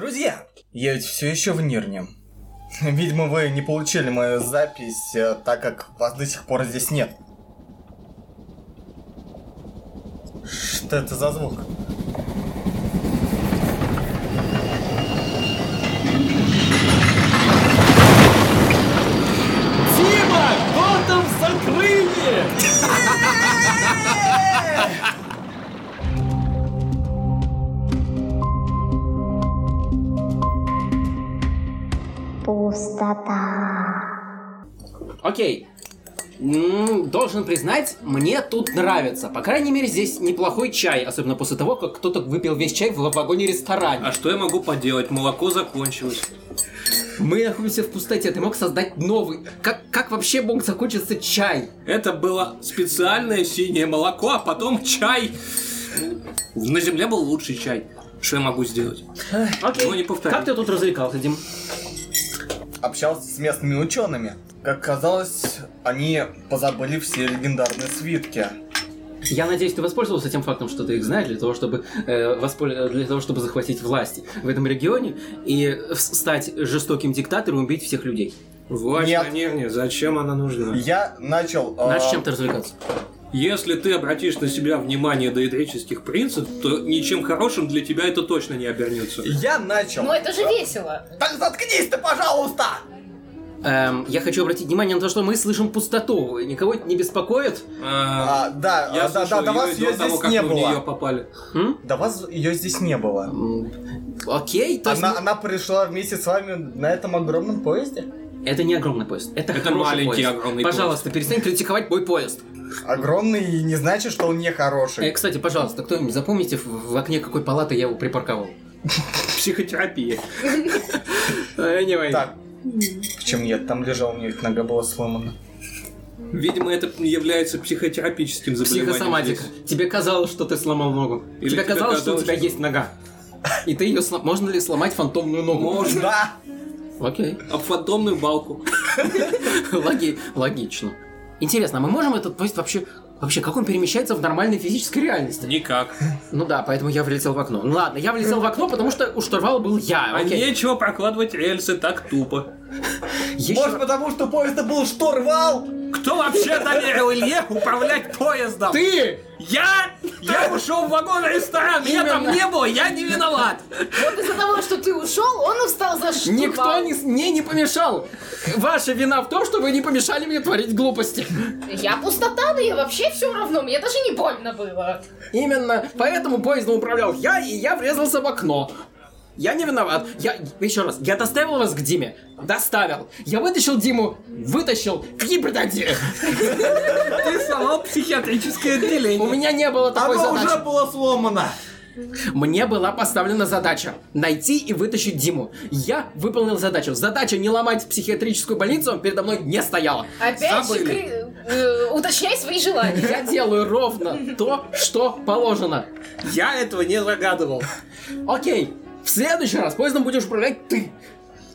Друзья, я ведь все еще в Нирнем. Видимо, вы не получили мою запись, э, так как вас до сих пор здесь нет. Что это за звук? Тима, Готэм закрыли! Пустота. Окей. М, Должен признать, мне тут нравится. По крайней мере, здесь неплохой чай, особенно после того, как кто-то выпил весь чай в вагоне-ресторане. А что я могу поделать? Молоко закончилось. Мы находимся в пустоте, ты мог создать новый. Как, как вообще мог закончиться чай? Это было специальное синее молоко, а потом чай. На земле был лучший чай. Что я могу сделать? Окей, Ну, не повторяй. как ты тут развлекался, Дим? Общался с местными учеными. Как казалось, они позабыли все легендарные свитки. Я надеюсь, ты воспользовался тем фактом, что ты их знаешь, для того, чтобы, э, воспол- для того, чтобы захватить власти в этом регионе и в- стать жестоким диктатором и убить всех людей. Власть Нет. на нервне, зачем она нужна? Я начал... э, Знаешь, чем-то развлекаться. Если ты обратишь на себя внимание доэдрических принцев, то ничем хорошим для тебя это точно не обернется. Я начал... Ну это же весело. Так заткнись ты, пожалуйста! Эм, я хочу обратить внимание на то, что мы слышим пустоту. Никого это не беспокоит? А, А, да, Я а, да, слышал да, до её вас и до ее того, здесь как не мы в неё было. попали. М? До вас ее здесь не было. М, Окей, то есть... Она, она пришла вместе с вами на этом огромном поезде? Это не огромный поезд. Это, Это хороший маленький поезд. огромный Пожалуйста, перестань критиковать мой поезд. Огромный не значит, что он не Э, хороший. кстати, пожалуйста, кто-нибудь запомните, в, в окне какой палаты я его припарковал? Психотерапия. Так. Так. Почему я там лежал, у меня ведь нога была сломана. Видимо, это является психотерапическим заболеванием. Психосоматика. здесь. Тебе казалось, что ты сломал ногу. Или тебе тебе казалось, что у казалось, тебя что- есть нога. И ты ее сло... Можно ли сломать фантомную ногу? Можно. Да! Окей. Об А фантомную балку. Логи- Логично. Интересно, а мы можем этот поезд вообще... Вообще, как он перемещается в нормальной физической реальности? Никак. Ну да, поэтому я влетел в окно. Ну ладно, я влетел в окно, потому что у штурвала был я. А Окей. нечего прокладывать рельсы так тупо. Еще- Может потому, что поезд был шторвал? Кто вообще доверил Илье управлять поездом? Ты! Я? Я ушел в вагон-ресторан, меня там Именно. не было, я не виноват. Вот из-за того, что ты ушел, он устал за штурвал. Никто не, с- мне не помешал! Ваша вина в том, что вы не помешали мне творить глупости. Я пустота, да и вообще все равно. Мне даже не больно было. Именно поэтому поездом управлял я, и я врезался в окно. Я не виноват. Я, еще раз, я доставил вас к Диме. Доставил. Я вытащил Диму, вытащил и придадил. Ты сломал психиатрическое отделение. У меня не было такой Оно задачи. а уже было сломано! Мне была поставлена задача найти и вытащить Диму. Я выполнил задачу. Задача не ломать психиатрическую больницу передо мной не стояла. Опять же, Забыли. кри- э, уточняй свои желания. Я делаю ровно то, что положено. Я этого не загадывал. Окей, в следующий раз поездом будешь управлять ты.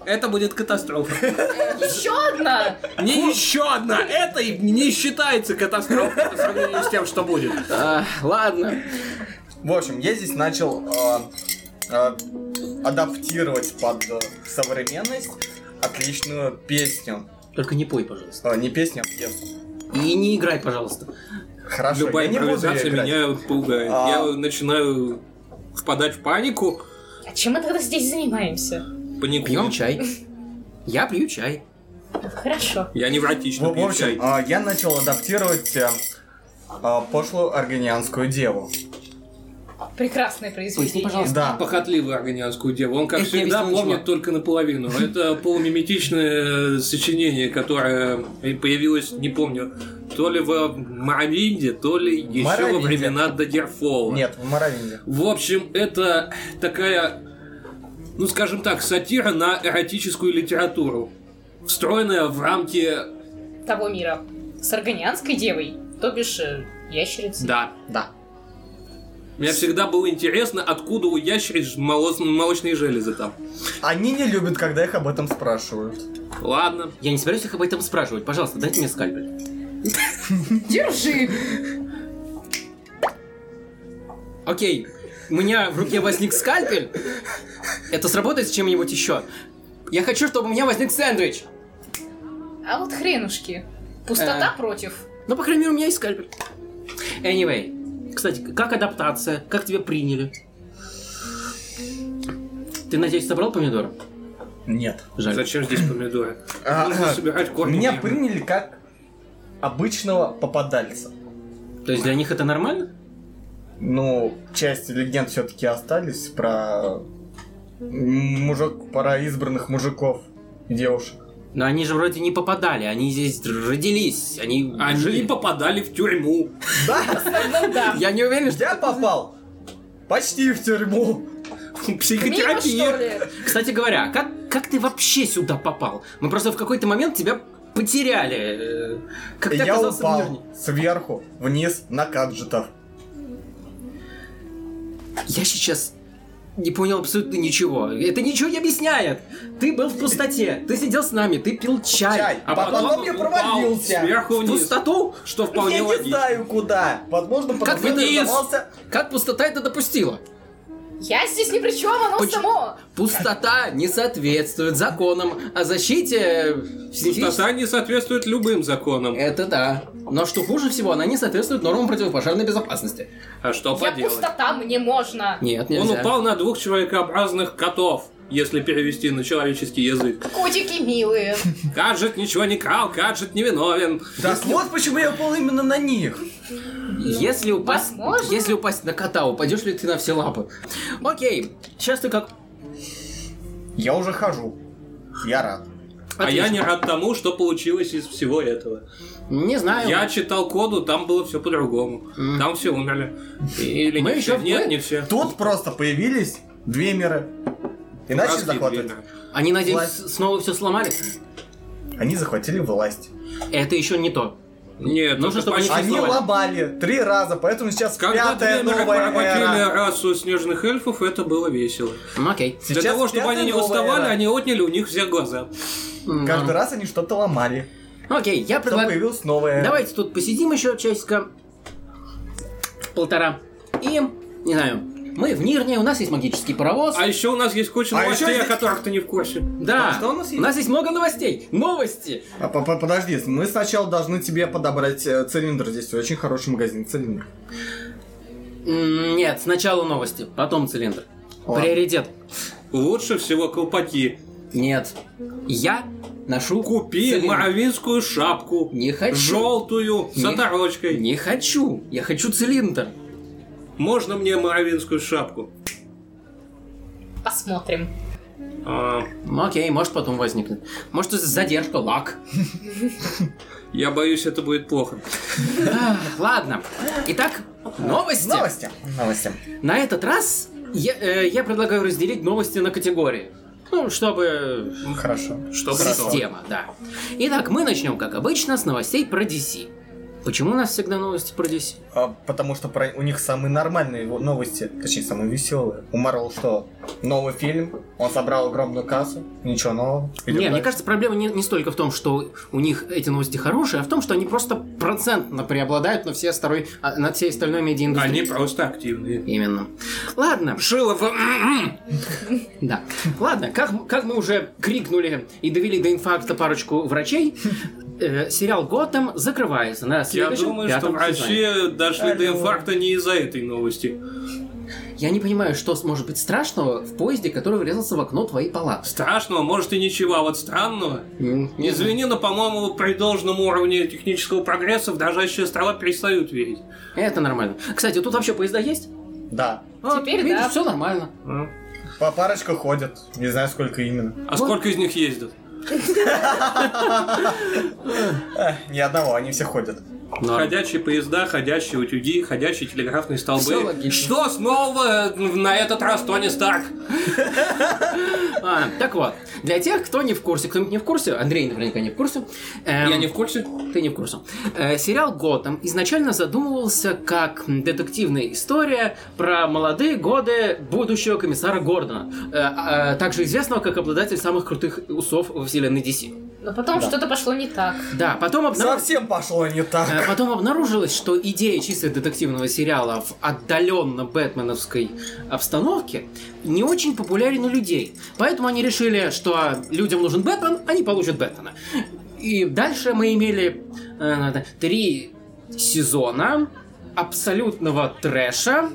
Это будет катастрофа. Еще одна. Не еще одна. Это и не считается катастрофой по сравнению с тем, что будет. А, ладно. В общем, я здесь начал э, э, адаптировать под э, современность отличную песню. Только не пой, пожалуйста. Э, не песню, а пьесу. И не играй, пожалуйста. Хорошо, Любая я не буду её импровизация играть. меня пугает. А. Я начинаю впадать в панику. А чем мы тогда здесь занимаемся? Паникую. Пьем чай. Я пью чай. Хорошо. Я невротично В, в пью общем, чай. а, я начал адаптировать э, а, пошлую аргонианскую деву. Прекрасное произведение. Поясни, пожалуйста. Да. Похотливую аргонианскую деву. Он, как Это я всегда, объяснил, помнит чувак. только наполовину. Это полумиметичное сочинение, которое и появилось, не помню, то ли в Моровинде, то ли еще во Моровинде. времена Дагерфола. Нет, в Моровинде. В общем, это такая, ну скажем так, сатира на эротическую литературу, встроенная в рамки... Того мира. С аргонианской девой. То бишь э, ящерицей. Да. Да. Мне всегда было интересно, откуда у ящериц молос- молочные железы там. Они не любят, когда их об этом спрашивают. Ладно. Я не собираюсь их об этом спрашивать. Пожалуйста, дайте мне скальпель. Держи. Окей. у меня в руке возник скальпель, это сработает с чем-нибудь еще. Я хочу, чтобы у меня возник сэндвич. А вот хренушки. Пустота против. Ну, по крайней мере, у меня есть скальпель. Anyway. Кстати, как адаптация? Как тебя приняли? Ты, надеюсь, собрал помидоры? Нет. Жаль. Зачем здесь помидоры? А, Нужно собирать Ну, корни. Меня приняли как обычного попадальца. То есть для них это нормально? Ну, части легенд все-таки остались про м, мужик, про избранных мужиков и девушек. Но они же вроде не попадали, они здесь родились, они, Они жили. попадали в тюрьму. Да, Ну да. Я не уверен, что... я попал почти в тюрьму. Мимо, что Психотерапия. ли? Кстати говоря, как, как ты вообще сюда попал? Мы просто в какой-то момент тебя потеряли. э, Как ты Я оказался в упал Мирне? сверху вниз на каджетов. Я сейчас не понял абсолютно ничего. Это ничего не объясняет. Ты был в пустоте, ты сидел с нами, ты пил чай. Чай. А потом я упал провалился. Сверху В вниз. пустоту? Что вполне Я не логично. знаю куда. Возможно, потому что вниз? назывался- Как пустота это допустила? Я здесь ни при чем, оно Поч- само. Пустота не соответствует законам о защите... э, психической- Пустота не соответствует любым законам. Это да. Но что хуже всего, она не соответствует нормам противопожарной безопасности. А что Я поделать? пустота, мне можно. Нет, Он нельзя. упал на двух человекообразных котов, если перевести на человеческий язык. Котики милые. Каджет ничего не крал, Каджет не виновен. Так вот почему я упал именно на них. Если упасть, возможно. если упасть на кота, упадешь ли ты на все лапы? Окей, сейчас ты как... Я уже хожу. Я рад. А я Отлично. не рад тому, что получилось из всего этого. Не знаю. Я читал коду, там было все по-другому. Мгм. Там все умерли. Или Мы не еще все. в Нет, плей- не все. Тут просто появились две меры. И начали Дурацкие захватывать. двери. Они, надеюсь, Власть. снова все сломали? Они захватили власть. Это еще не то. Нет, Нужно, это чтобы они почти Они Чувствовали. ломали три раза, поэтому сейчас Когда пятая Двемеры поработили новая эра. расу снежных эльфов, это было весело. М, Ну, Окей. Сейчас Для того, чтобы пятая они не новая уставали, эра. они отняли у них все глаза. М, Каждый м. раз они что-то ломали. Окей, я Потом предлагаю... появилась новая эра. Давайте тут посидим еще часика полтора. И, не знаю, мы в Нирне, у нас есть магический паровоз. А еще у нас есть куча А новостей, еще о здесь- которых ты не в курсе. Да, А что у нас есть? у нас есть много новостей. Новости. А, по- по- Подожди, мы сначала должны тебе подобрать э, цилиндр. Здесь очень хороший магазин цилиндр. М, Нет, сначала новости, потом цилиндр. Ладно. Приоритет. Лучше всего колпаки. Нет. Я ношу Купи цилиндр. моровинскую шапку. Не хочу. Желтую, с Не- оторочкой. Не хочу. Я хочу цилиндр. Можно мне моровинскую шапку? Посмотрим. А, Ну, Окей, может потом возникнет. Может это задержка, лак. я боюсь, это будет плохо. Ах, Ладно. Итак, новости. Новости. Новости. На этот раз я, э, я предлагаю разделить новости на категории. Ну, чтобы Хорошо. Что система, да. Итак, мы начнем, как обычно, с новостей про DC. Почему у нас всегда новости про DC? А, потому что про- у них самые нормальные его новости, точнее, самые веселые. У Марвел что? Новый фильм, он собрал огромную кассу, ничего нового. Идем не, мне дальше. кажется, проблема не, не столько в том, что у них эти новости хорошие, а в том, что они просто процентно преобладают на все второй, а, над всей остальной медиаиндустрией. Они просто активные. Именно. Ладно, Шилов. да. Ладно, как, как мы уже крикнули и довели до инфаркта парочку врачей, э, сериал «Готэм» закрывается на Я следующем думаю, что пятом сезоне. врачи дошли до Алло. инфаркта не из-за этой новости. Я не понимаю, что может быть страшного в поезде, который врезался в окно твоей палаты. А Страшного, может и ничего, а вот странного. Извини, но, по-моему, при должном уровне технического прогресса в дрожащие острова перестают верить. Это нормально. Кстати, тут вообще поезда есть? Да. Теперь да. все нормально. А? По парочка ходят, не знаю, сколько именно. А сколько из них ездят? Эх, ни одного, они все ходят. Ходячие поезда, ходячие утюги, ходячие телеграфные Всё столбы. логично. Что снова э, на этот раз Тони Старк? А, так вот, для тех, кто не в курсе, кто-нибудь не в курсе, Андрей наверняка не в курсе. эм, Я не в курсе. Ты не в курсе. Э, сериал «Готэм» изначально задумывался как детективная история про молодые годы будущего а, комиссара Гордона, э, э, также известного как обладатель самых крутых усов во вселенной DC. Но потом Да. что-то пошло не так. Да, потом обнаружил... Совсем пошло не так. Э, Потом обнаружилось, что идея чисто детективного сериала в отдаленно бэтменовской обстановке не очень популярен у людей. Поэтому они решили, что людям нужен Бэтмен, они получат Бэтмена. И дальше мы имели э, три сезона абсолютного трэша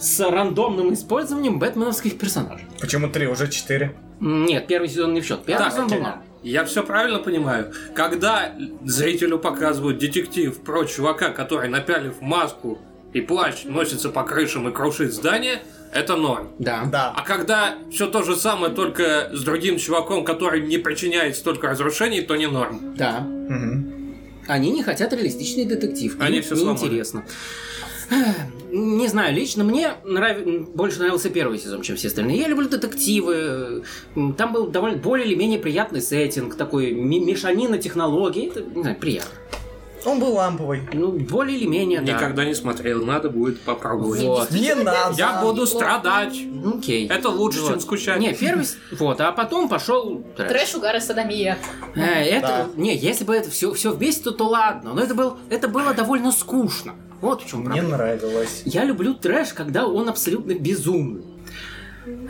с рандомным использованием бэтменовских персонажей. Почему три? Уже четыре. Нет, первый сезон не в счет. Первый Так, сезон был окей. нам. Я все правильно понимаю. Когда зрителю показывают детектив про чувака, который, напялив маску и плащ, носится по крышам и крушит здание, это норм. Да. А Да. когда все то же самое, только с другим чуваком, который не причиняет столько разрушений, то не норм. Да. Мгм. Они не хотят реалистичный детектив. Они Им всё сломали. неинтересно. Не знаю, лично мне нрав- больше нравился первый сезон, чем все остальные. Я люблю детективы. э, Там был довольно более или менее приятный сеттинг, такой ми- мешанина технологий. Это, не знаю, приятно. Он был ламповый. Ну, более или менее, да. Никогда не смотрел, надо будет попробовать. Вот. Ну, Не надо. Я буду страдать. Окей. Это лучше, чем Вот. скучать. Не, первый... с- Вот, а потом пошел трэш. Трэш, угары, садомия. Э, Это... Да. Не, если бы это все, все вместе, то, то ладно. Но это, был, это было довольно скучно. Вот в чем Мне проблема. нравилось. Я люблю трэш, когда он абсолютно безумный.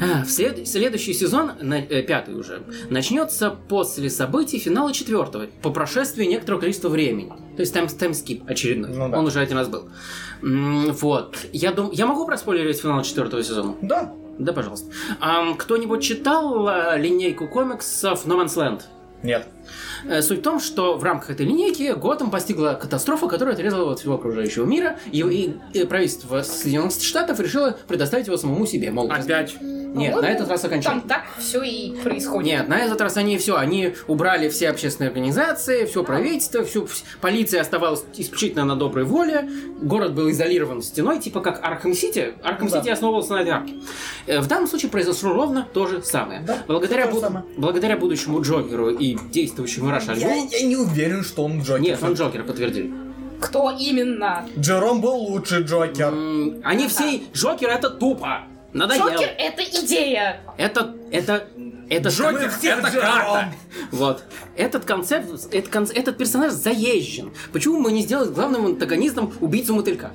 А, в след- Следующий сезон, на- э, пятый уже, начнется после событий финала четвертого, по прошествии некоторого количества времени. То есть тайм таймскип очередной. Ну да. Он уже один раз был. М, вот. Я думаю, я могу проспойлерить финал четвертого сезона? Да. Да, пожалуйста. Ам, кто-нибудь читал э, линейку комиксов No Man's Land? Нет. Э, Суть в том, что в рамках этой линейки Готэм постигла катастрофа, которая отрезала от всего окружающего мира, и, и- и правительство Соединенных Штатов решило предоставить его самому себе. Мол, Опять. Нет, на этот раз Ну, Там окончательно. так все и происходит. Нет, на этот раз они все, они убрали все общественные организации, все правительство, всю вс- полиция оставалась исключительно на доброй воле, город был изолирован стеной, типа как Аркхем Сити. Аркхем Да. Сити основывался на этой арке. Э, В данном случае произошло ровно то же самое. Да, благодаря, всё то же бу- самое. благодарю будущему Джокеру и действующему Раша Я, я не уверен, что он Джокер. Нет, он Джокера подтвердили. Кто именно? Джером был лучший Джокер. М, Они все... Джокер это тупо. Надоел. Джокер — это идея. Это... Это... Это Мы Джокер. всех это Джером. карта. Вот. Этот концепт, этот, конц- этот персонаж заезжен. Почему мы не сделали главным антагонистом убийцу мотылька?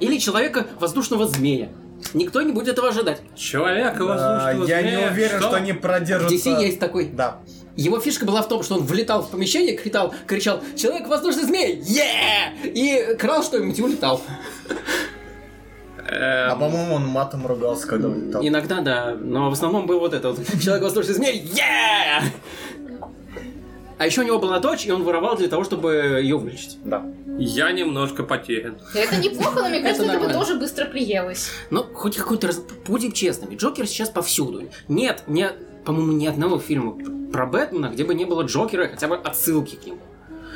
Или человека воздушного змея? Никто не будет этого ожидать. Человек Да, воздушного Э, А, я змея, не уверен, что, они В продержатся. DC есть такой. Да. Его фишка была в том, что он влетал в помещение, кричал, кричал «Человек воздушный змей! Е!» И крал что-нибудь и улетал. Э, А по-моему, он матом ругался, когда улетал. Иногда да, но в основном был вот этот вот. Человек воздушный змей. Yeah! А еще у него была дочь, и он воровал для того, чтобы ее вылечить. Да. Я немножко потерян. Это неплохо, но мне кажется, это, бы нормально. тоже быстро приелось. Но хоть какой-то раз... Будем честными, Джокер сейчас повсюду. Нет, не... по-моему, ни одного фильма про Бэтмена, где бы не было Джокера, и хотя бы отсылки к нему.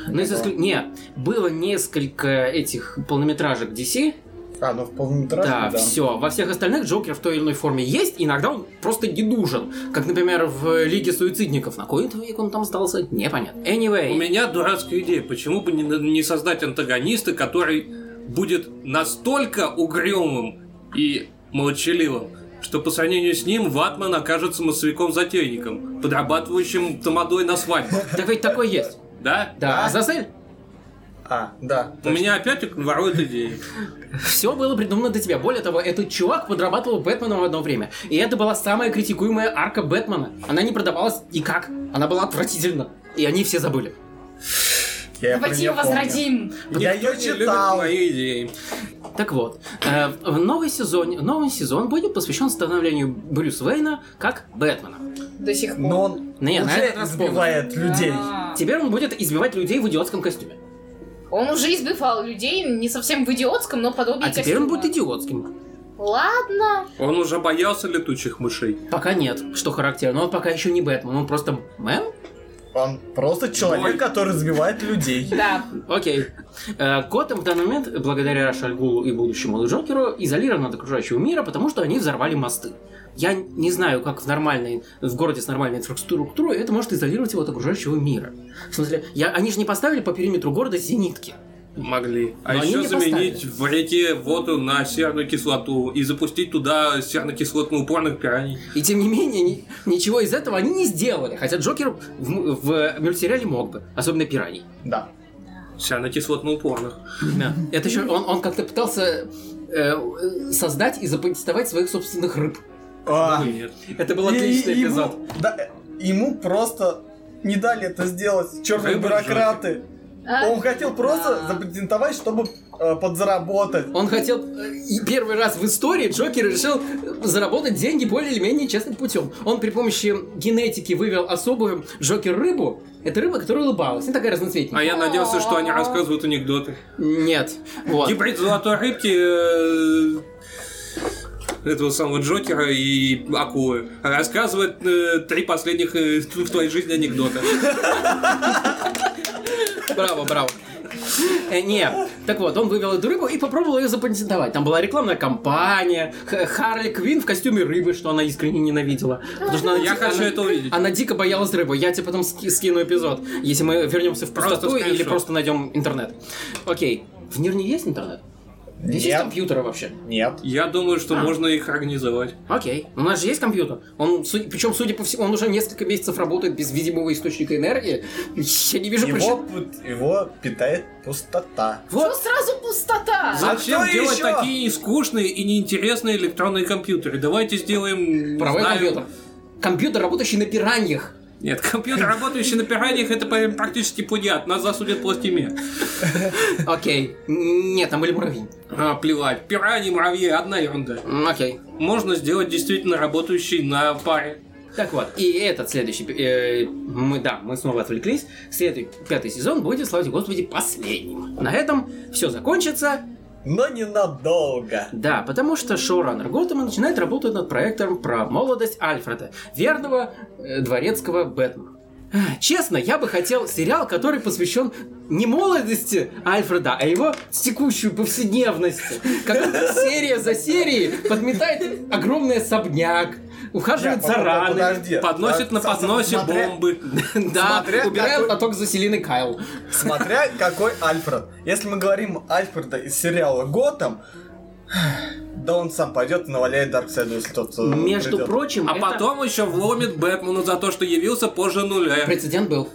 Ну, если... было. ск- Не, было несколько этих полнометражек DC, А, ну в полнометражном, Да, да. все. Во всех остальных Джокер в той или иной форме есть, и иногда он просто не нужен. Как, например, в э, Лиге Суицидников. На кой век он там остался, непонятно. Anyway, У меня дурацкая идея, почему бы не, не создать антагониста, который будет настолько угрюмым и молчаливым, что по сравнению с ним Ватман окажется массовиком-затейником, подрабатывающим тамадой на свадьбу. так ведь такой есть. Да? Да, Азазель. А, да. У меня опять воруют идеи. Все было придумано до тебя. Более того, этот чувак подрабатывал Бэтменом в одно время. И это была самая критикуемая арка Бэтмена. Она не продавалась никак. Она была отвратительна. И они все забыли. Я про Давайте неё ее помню. возродим. Я Никто ее не любит читал. мои идеи. Так вот, э, в новый сезон, новый сезон будет посвящен становлению Брюс Уэйна как Бэтмена. До сих пор. Но он Не, на уже этот раз помню. избивает людей. А. Теперь он будет избивать людей в идиотском костюме. Он уже избивал людей, не совсем в идиотском, но подобие А теперь он костюма. будет идиотским. Ладно. Он уже боялся летучих мышей. Пока нет, что характерно. Он пока еще не Бэтмен, он просто мэм? Он просто человек, Ой. который сбивает людей. Да. Окей. Э, Готэм в данный момент, благодаря Рашальгулу и будущему Джокеру, изолирован от окружающего мира, потому что они взорвали мосты. Я не знаю, как в нормальной, в городе с нормальной инфраструктурой это может изолировать его от окружающего мира. В смысле, я, они же не поставили по периметру города зенитки. Могли. А Но они еще не заменить в реке воду на серную кислоту и запустить туда серно-кислотно-упорных пираний. И тем не менее, ни- ничего из этого они не сделали. Хотя Джокер в, м- в мультсериале мог бы, особенно пираний. Да. Серно-кислотно-упорных. Да. Это еще он, он как-то пытался э, создать и запатентовать своих собственных рыб. А, Ну, нет. Это был и- отличный и- эпизод. Ему, да, э, ему просто не дали это сделать, чертовы Выбор бюрократы. А, Он хотел просто да. запатентовать, чтобы э, подзаработать. Он хотел э, и первый раз в истории Джокер решил э, заработать деньги более или менее честным путем. Он при помощи генетики вывел особую Джокер-рыбу. Это рыба, которая улыбалась. Не такая разноцветная. А я надеялся, что они рассказывают анекдоты. А, Нет. Вот. Гибрид золотой рыбки э, этого самого Джокера и Акулы рассказывает э, три последних э, в твоей жизни анекдота. Браво, браво. Э, Не, так вот, он вывел эту рыбу и попробовал ее запатентовать. Там была рекламная кампания, Х- Харли Квин в костюме рыбы, что она искренне ненавидела. Потому что она, Я дико- хочу она- это увидеть. Она дико боялась рыбы. Я тебе потом ски- скину эпизод, если мы вернемся в Просто пустоту или скриншот. просто найдем интернет. Окей. В Нирне есть интернет? Здесь есть Нет, компьютеры вообще? нет. Я думаю, что А. можно их организовать. Окей. У нас же есть компьютер. Он, причем, судя по всему, он уже несколько месяцев работает без видимого источника энергии. Я не вижу Его, причин. пут- его питает пустота. Что Вот. сразу пустота? За- Зачем кто делать еще? такие скучные и неинтересные электронные компьютеры? Давайте сделаем... не Паровой знаю- компьютер. Компьютер, работающий на пираньях. Нет, компьютер, работающий на пираниях, это прям практически плагиат. Нас засудят пластиме. Окей. Нет, там были муравьи. А, плевать. Пираньи, муравьи, одна ерунда. М, Окей. Можно сделать действительно работающий на паре. Так вот, и этот следующий... э, мы, да, мы снова отвлеклись. Следующий, пятый сезон будет, слава тебе, Господи, последним. На этом все закончится. Но ненадолго. Да, потому что шоураннер Готэма начинает работать над проектом про молодость Альфреда, верного э, дворецкого Бэтмена. Эх, Честно, я бы хотел сериал, который посвящен не молодости Альфреда, а его текущую повседневность. Как он серия за серией подметает огромный особняк, ухаживает Нет, за под- ранами. подожди. Подносит А, на со- со- подносе смотря- бомбы. Да, Смотря убирает какой- поток Заселины Кайл. Смотря какой Альфред. Если мы говорим Альфреда из сериала Готэм, да он сам пойдет и наваляет Дарксайду, если тот э, Между придет. прочим, А это- потом еще вломит Бэтмену за то, что явился позже нуля. прецедент был.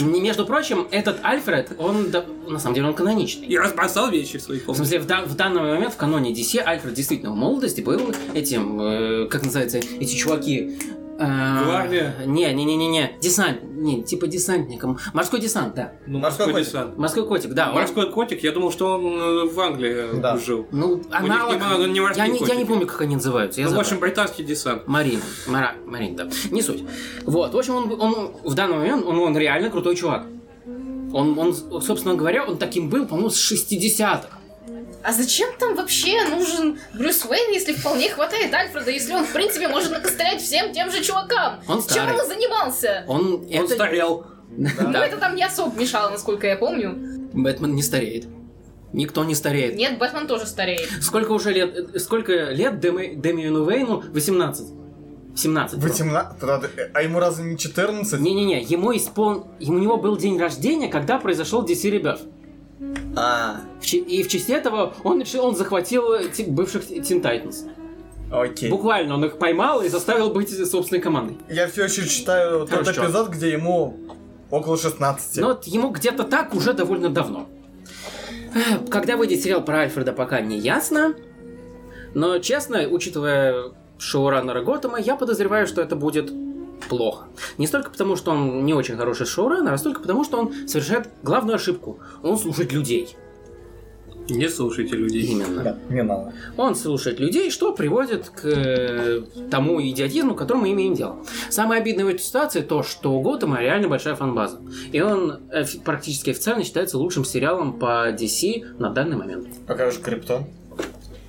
Не, Между прочим, этот Альфред, он да- на самом деле он каноничный. И разбросал вещи в своей В комнате. смысле, в, да- в данный момент в каноне DC Альфред действительно в молодости был этим, э, как называется, эти чуваки. э, Гвардия? Не, не, не, не, не, десант, не, типа десантником, морской десант, да, Ну, Морской котик. десант. морской котик, да, он- Морской котик, я думал, что он э, в Англии э, Да. жил. ну аналог, не мор- не морские я, не, я не котики. помню, как они называются, я Ну, в забыл. общем, британский десант. Марин, Мара, Марин, да, не суть. Вот, в общем, он, он в данный момент, он, он реально крутой чувак. Он, он, собственно говоря, он таким был, по-моему, с 60-х. А зачем там вообще нужен Брюс Уэйн, если вполне хватает Альфреда, если он, в принципе, может накострять всем тем же чувакам? Он Чем старый. он занимался? Он, Он это- старел. Ну, Да, это там не особо мешало, насколько я помню. Бэтмен не стареет. Никто не стареет. Нет, Бэтмен тоже стареет. Сколько уже лет, э, сколько лет Дэми- Дэмиану Вейну? 18. 17. просто. 18 Правда, э, А ему разве не 14? Не-не-не, ему исполн... и У него был день рождения, когда произошел DC Rebirth. А, В чи- И в честь этого он решил, он захватил э, ти- бывших Teen Titans. окей. Буквально он их поймал и заставил быть собственной командой. Я все еще читаю тот Хорошо. Ну, эпизод, где ему около 16. Но вот ему где-то так уже довольно давно. Эх, Когда выйдет сериал про Альфреда, пока не ясно. Но, честно, учитывая шоураннера Готэма, я подозреваю, что это будет плохо. Не столько потому, что он не очень хороший шоураннер, а столько потому, что он совершает главную ошибку. Он слушает людей. Не слушайте людей. Именно. Да, не надо. Он слушает людей, что приводит к э, тому идиотизму, к которому мы имеем дело. Самое обидное в этой ситуации то, что у Готэма реально большая фанбаза. И он офи- практически официально считается лучшим сериалом по DC на данный момент. Покажешь Криптон?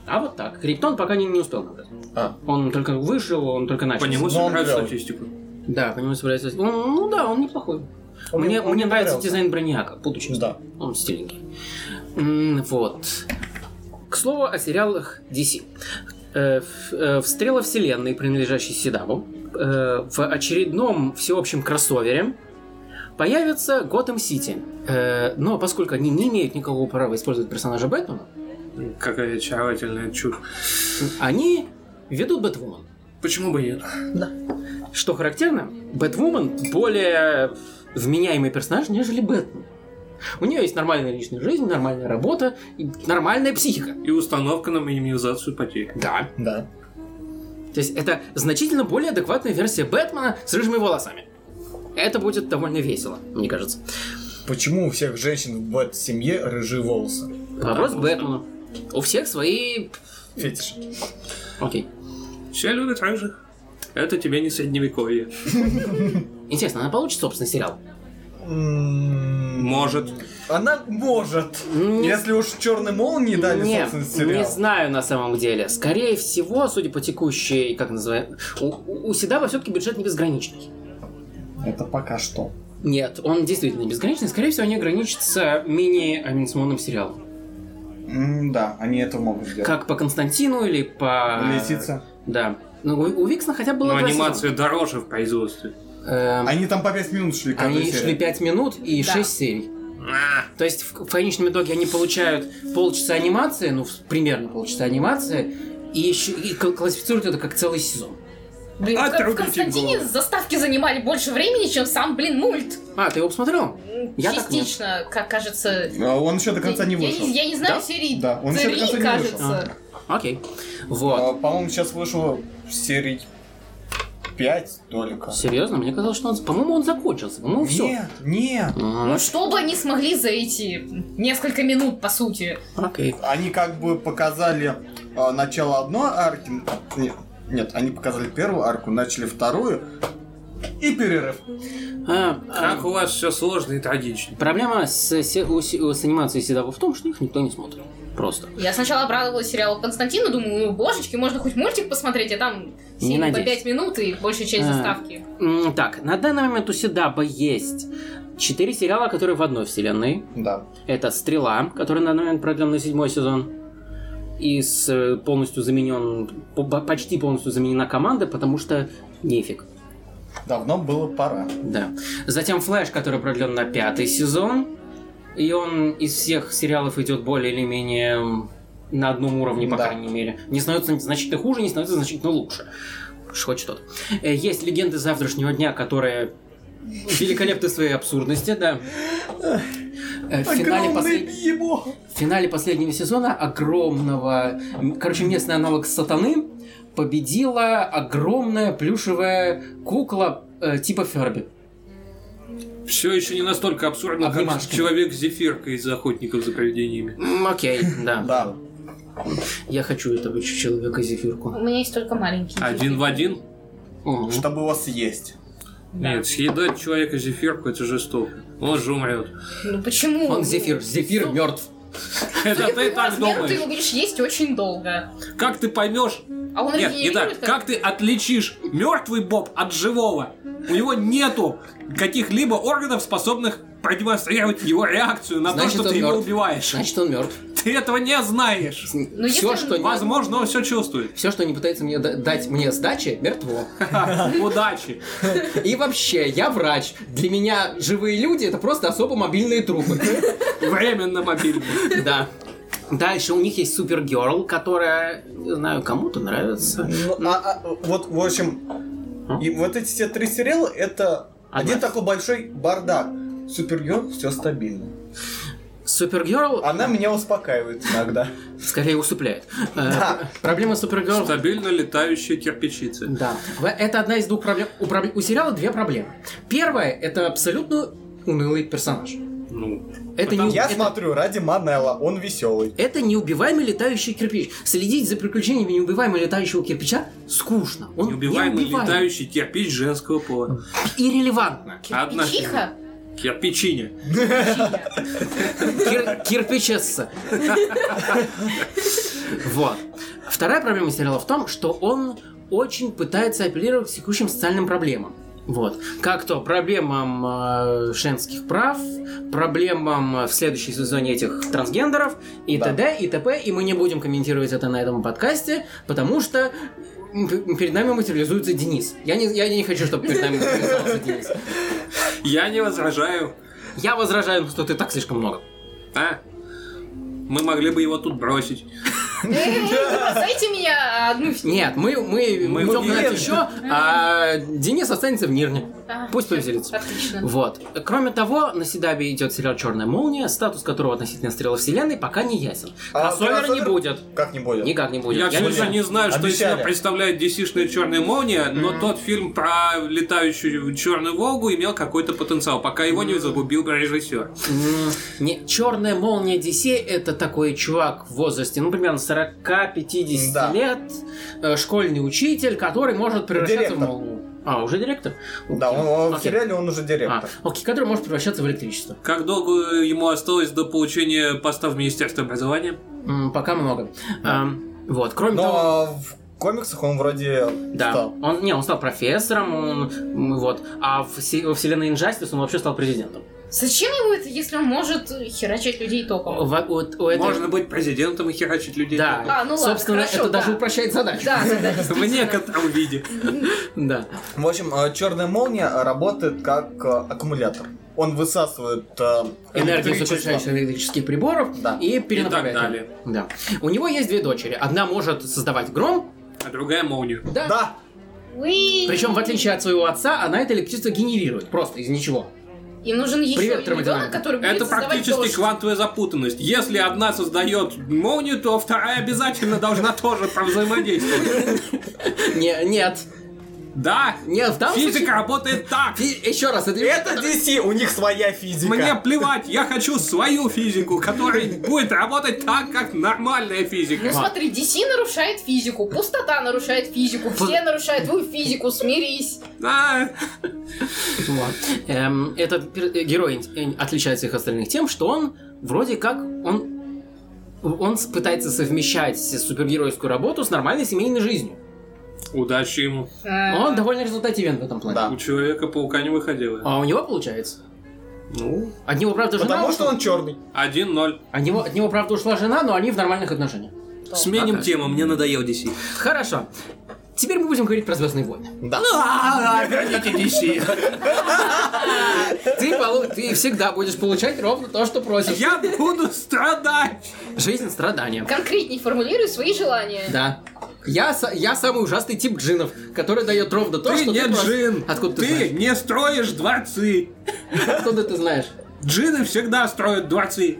А вот так. Криптон пока не, не успел набрать. А. Он только вышел, он только начал. По нему он собирают врял. статистику. Да, по нему собирается. Он- ну да, он неплохой. Он мне он мне нравится понравился. дизайн броняка, будучи. Да. Он стильненький. М, Вот. К слову о сериалах DC. Э, в- э, в «Стрела вселенной», принадлежащей Седаву, э, в очередном всеобщем кроссовере появится Готэм Сити. Э, но поскольку они не имеют никакого права использовать персонажа Бэтмена, Какая очаровательная чушь. они ведут Бэтвумен. Почему бы и нет? Что характерно, Бэтвумен более вменяемый персонаж, нежели Бэтмен. У нее есть нормальная личная жизнь, нормальная работа и нормальная психика. И установка на минимизацию потерь. Да. Да. То есть это значительно более адекватная версия Бэтмена с рыжими волосами. Это будет довольно весело, мне кажется. Почему у всех женщин в Бэт-семье рыжие волосы? Вопрос к Бэтмену. У всех свои... Фетиш. Окей. Все любят рыжих. Это тебе не средневековье. Интересно, она получит собственный сериал? М, Может. М-м-м. Она может. Не Если уж черный молнии дали Не, собственный не сериал. знаю на самом деле. Скорее всего, судя по текущей, как называем, у, у- у Седаба все-таки бюджет не безграничный. Это пока что. Нет, он действительно не безграничный. Скорее всего, они ограничатся мини-анимационным сериалом. М, Да, они это могут сделать. Как по Константину или по... Лисица. Да. Ну, у, у Виксона хотя бы Но была два анимация дороже в производстве. сезона. Эм, Они там по 5 минут шли каждая Они серия. шли 5 минут и Да. 6 серий. А, То есть в, в конечном итоге они получают полчаса анимации, ну, в- примерно полчаса анимации, и, еще, и кл- классифицируют это как целый сезон. Блин, ну, А в Кон- в трубите Константине голову. заставки занимали больше времени, чем сам, блин, мульт. А, ты его посмотрел? Я так нет. Частично, как кажется. А Он еще до конца я, не я вышел. я не знаю, Да? А. серии Да, он еще до три, конца не кажется. Окей. Вот. А, По-моему, сейчас вышло серий 5 только. Серьезно, мне казалось, что он... По-моему, он закончился. Ну, По-моему, все. Нет, нет. А. Ну, что бы они смогли за эти несколько минут, по сути. Окей. Они как бы показали а, начало одной арки. Нет, нет, они показали первую арку, начали вторую. И перерыв. А, а, Как у вас все сложно и трагично. Проблема с, се- у се- у- с анимацией Седова в том, что их никто не смотрит. Просто. Я сначала обрадовалась сериалу Константина, думаю, ну, божечки, можно хоть мультик посмотреть, а там Не серии по надейся. 5 минут и большая часть А. заставки. М, Так, на данный момент у Седаба есть четыре сериала, которые в одной вселенной. Да. Это «Стрела», который на данный момент продлен на седьмой сезон. И с э, полностью заменен, по- по- почти полностью заменена команда, потому что нефиг. Давно было пора. Да. Затем Флэш, который продлен на пятый сезон. И он из всех сериалов идет более или менее м, на одном уровне, по Да. крайней мере. Не становится значительно хуже, не становится значительно лучше. Уж Хоть что-то. Э, Есть легенды завтрашнего дня, которые великолепны в своей абсурдности, да. Э, В финале, Огромный послед- бибо! в финале последнего сезона огромного, м, короче, местный аналог сатаны победила огромная плюшевая кукла э, типа Ферби. Все еще не настолько А абсурдно, как Обнимашки. человек с зефиркой из охотников за привидениями. М, Окей, да. Да. Я хочу этого ч- человека У зефирку. меня есть только маленький. Один в один? Мгм. Чтобы его съесть. Да. Нет, съедать человека зефирку это жестоко. Он же умрет. Ну почему? Он зефир, зефир мертв. Это Судя по ты его так размеру, ты его думаешь. будешь есть очень долго. Как ты поймешь? А он Нет, не регенерирует так. Как ты отличишь мертвый Боб от живого? У него нету каких-либо органов, способных продемонстрировать его реакцию на Значит, то, что он ты его мертв. убиваешь. Значит, он мертв. Ты этого не знаешь. Ну, все, если- что не... Возможно, он все чувствует. Все, что не пытается мне да- дать мне сдачи, мертво. Удачи. И вообще, я врач. Для меня живые люди это просто особо мобильные трупы. Временно мобильный. Да. Дальше у них есть Супергерл, которая, не знаю, кому-то нравится. Ну, а- а, вот, в общем, и вот эти все три сериала это один такой большой бардак. Супергерл все стабильно. Супергерл Она меня успокаивает иногда. скорее усыпляет. Э, Да. Проблема Супергерл Стабильно летающие кирпичицы. Да. В- Это одна из двух проблем. У, пробле- у сериала две проблемы. Первая это абсолютно унылый персонаж. Ну, Это не, Я это- смотрю ради Манелла, он веселый. это неубиваемый летающий кирпич. Следить за приключениями неубиваемого летающего кирпича скучно. Он неубиваемый неубиваем. летающий кирпич женского пола. И релевантно. Одна Кирпичиха? Кирпичиня. Кир- Кирпичесса. Вот. Вторая проблема сериала в том, что он очень пытается апеллировать к текущим социальным проблемам. Вот. Как то проблемам э, женских прав, проблемам э, в следующем сезоне этих трансгендеров и Да. т.д. и т.п. И мы не будем комментировать это на этом подкасте, потому что м, п- перед нами материализуется Денис. Я не, я не хочу, чтобы перед нами материализовался Денис. Я не возражаю. Я возражаю, что ты так слишком много. А? Мы могли бы его тут бросить. Эй, не бросайте меня а, Э, одну. Нет, мы, мы, Мы мы, в идем Нирне. гулять еще, а Денис останется в Нирне. А, Пусть повеселится. Отлично. Вот. Кроме того, на Седабе идет сериал «Черная молния», статус которого относительно стрелы вселенной пока не ясен. А Кроссовера не кроссовер? будет. Как не будет? Никак не будет. Я, не конечно, знаю. не знаю, что из Обещали. себя представляет DC-шная черная молния, но тот фильм про летающую черную Волгу имел какой-то потенциал, пока его не загубил режиссер. М, Не, черная молния DC это такой чувак в возрасте, ну, примерно 40-50 Да. лет, э, школьный учитель, который может превращаться Директор. в молнию. А, уже директор? Да, Окей. он, он в Окей. сериале он уже А, директор. окей, который может превращаться в электричество. Как долго ему осталось до получения поста в Министерстве образования? М, пока много. Эм, вот, кроме Но того... а, в комиксах он вроде Да, стал. он не, он стал профессором, он, м, вот, а в, се- во вселенной Injustice он вообще стал президентом. Зачем ему это, если он может херачить людей током? Во- вот у этой- Можно быть президентом и херачить людей. да, А, ну ладно, собственно, хорошо, это да. даже упрощает задачу. Да, да, только В некотором виде. да. В общем, черная молния работает как а, аккумулятор. Он высасывает а, энергию электричество. сокращающих электрических приборов Да. и И так перенаправляет. её. далее. Да. У него есть две дочери. Одна может создавать гром, А другая молния. да. Да, Уи. Причем, в отличие от своего отца, она это электричество генерирует просто из ничего. Им нужен еще Привет, ребенок, термодинамика. который будет Это создавать практически дождь. квантовая запутанность. Если одна создает молнию, то вторая обязательно должна тоже взаимодействовать. Не, нет. Да, Нет, в данном физика случае... работает так. Фи- Еще раз, это... это DC, у них своя физика. Мне плевать, я хочу свою физику, которая будет работать так, как нормальная Ну физика. смотри, DC нарушает физику, пустота нарушает физику, все нарушают твою физику, смирись. А, Вот. Эм, этот пер- э, герой ин- э, отличается от всех остальных тем, что он вроде как он он с- пытается совмещать супергеройскую работу с нормальной семейной жизнью. Удачи ему. Э, Он довольно результативен в этом плане. Да. У Человека-паука не выходило. А у него получается. Ну, От него, правда, жена... Потому что ушла. он черный. 1-0. От него, от него, правда, ушла жена, но они в нормальных отношениях. Сменим Пока. тему, мне надоел DC. Хорошо. Теперь мы будем говорить про Звездные войны. Да. Ты, полу- ты всегда будешь получать ровно то, что просишь. Я буду страдать. Жизнь страдания. Конкретней формулируй свои желания. Да. Я, са- я самый ужасный тип джинов, который дает ровно то, Ты что не ты просишь. джин. Откуда ты, Ты знаешь? не строишь дворцы. Откуда ты знаешь? Джины всегда строят дворцы.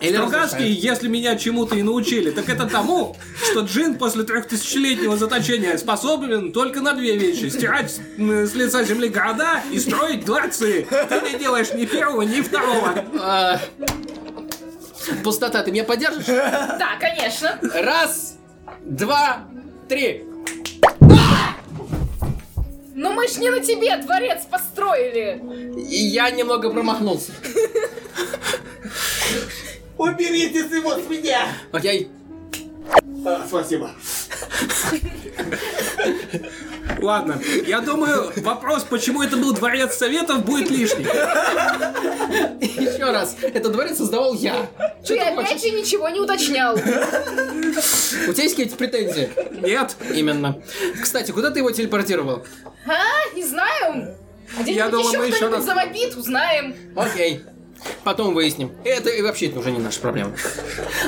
Или Стругацкие, разрушают. если меня чему-то и научили, так это тому, что джин после трехтысячелетнего заточения способен только на две вещи. Стирать с м, с лица земли города и строить дворцы. Ты не делаешь ни первого, ни второго. А, Пустота, ты меня поддержишь? Да, конечно. Раз, два, три. Но мы ж не на тебе дворец построили. И я немного промахнулся. Уберите его с меня! Окей. спасибо. Ладно, я думаю, вопрос, почему это был дворец советов, будет лишний. Еще раз. Этот дворец создавал я. Чё Ты ты опять хочешь? же ничего не уточнял. У тебя есть какие-то претензии? Нет, Именно. Кстати, куда ты его телепортировал? А, не знаем. Я Где-нибудь думал, еще мы еще кто-нибудь раз- завопит, узнаем. Окей. Потом выясним. Это и вообще уже не наша проблема.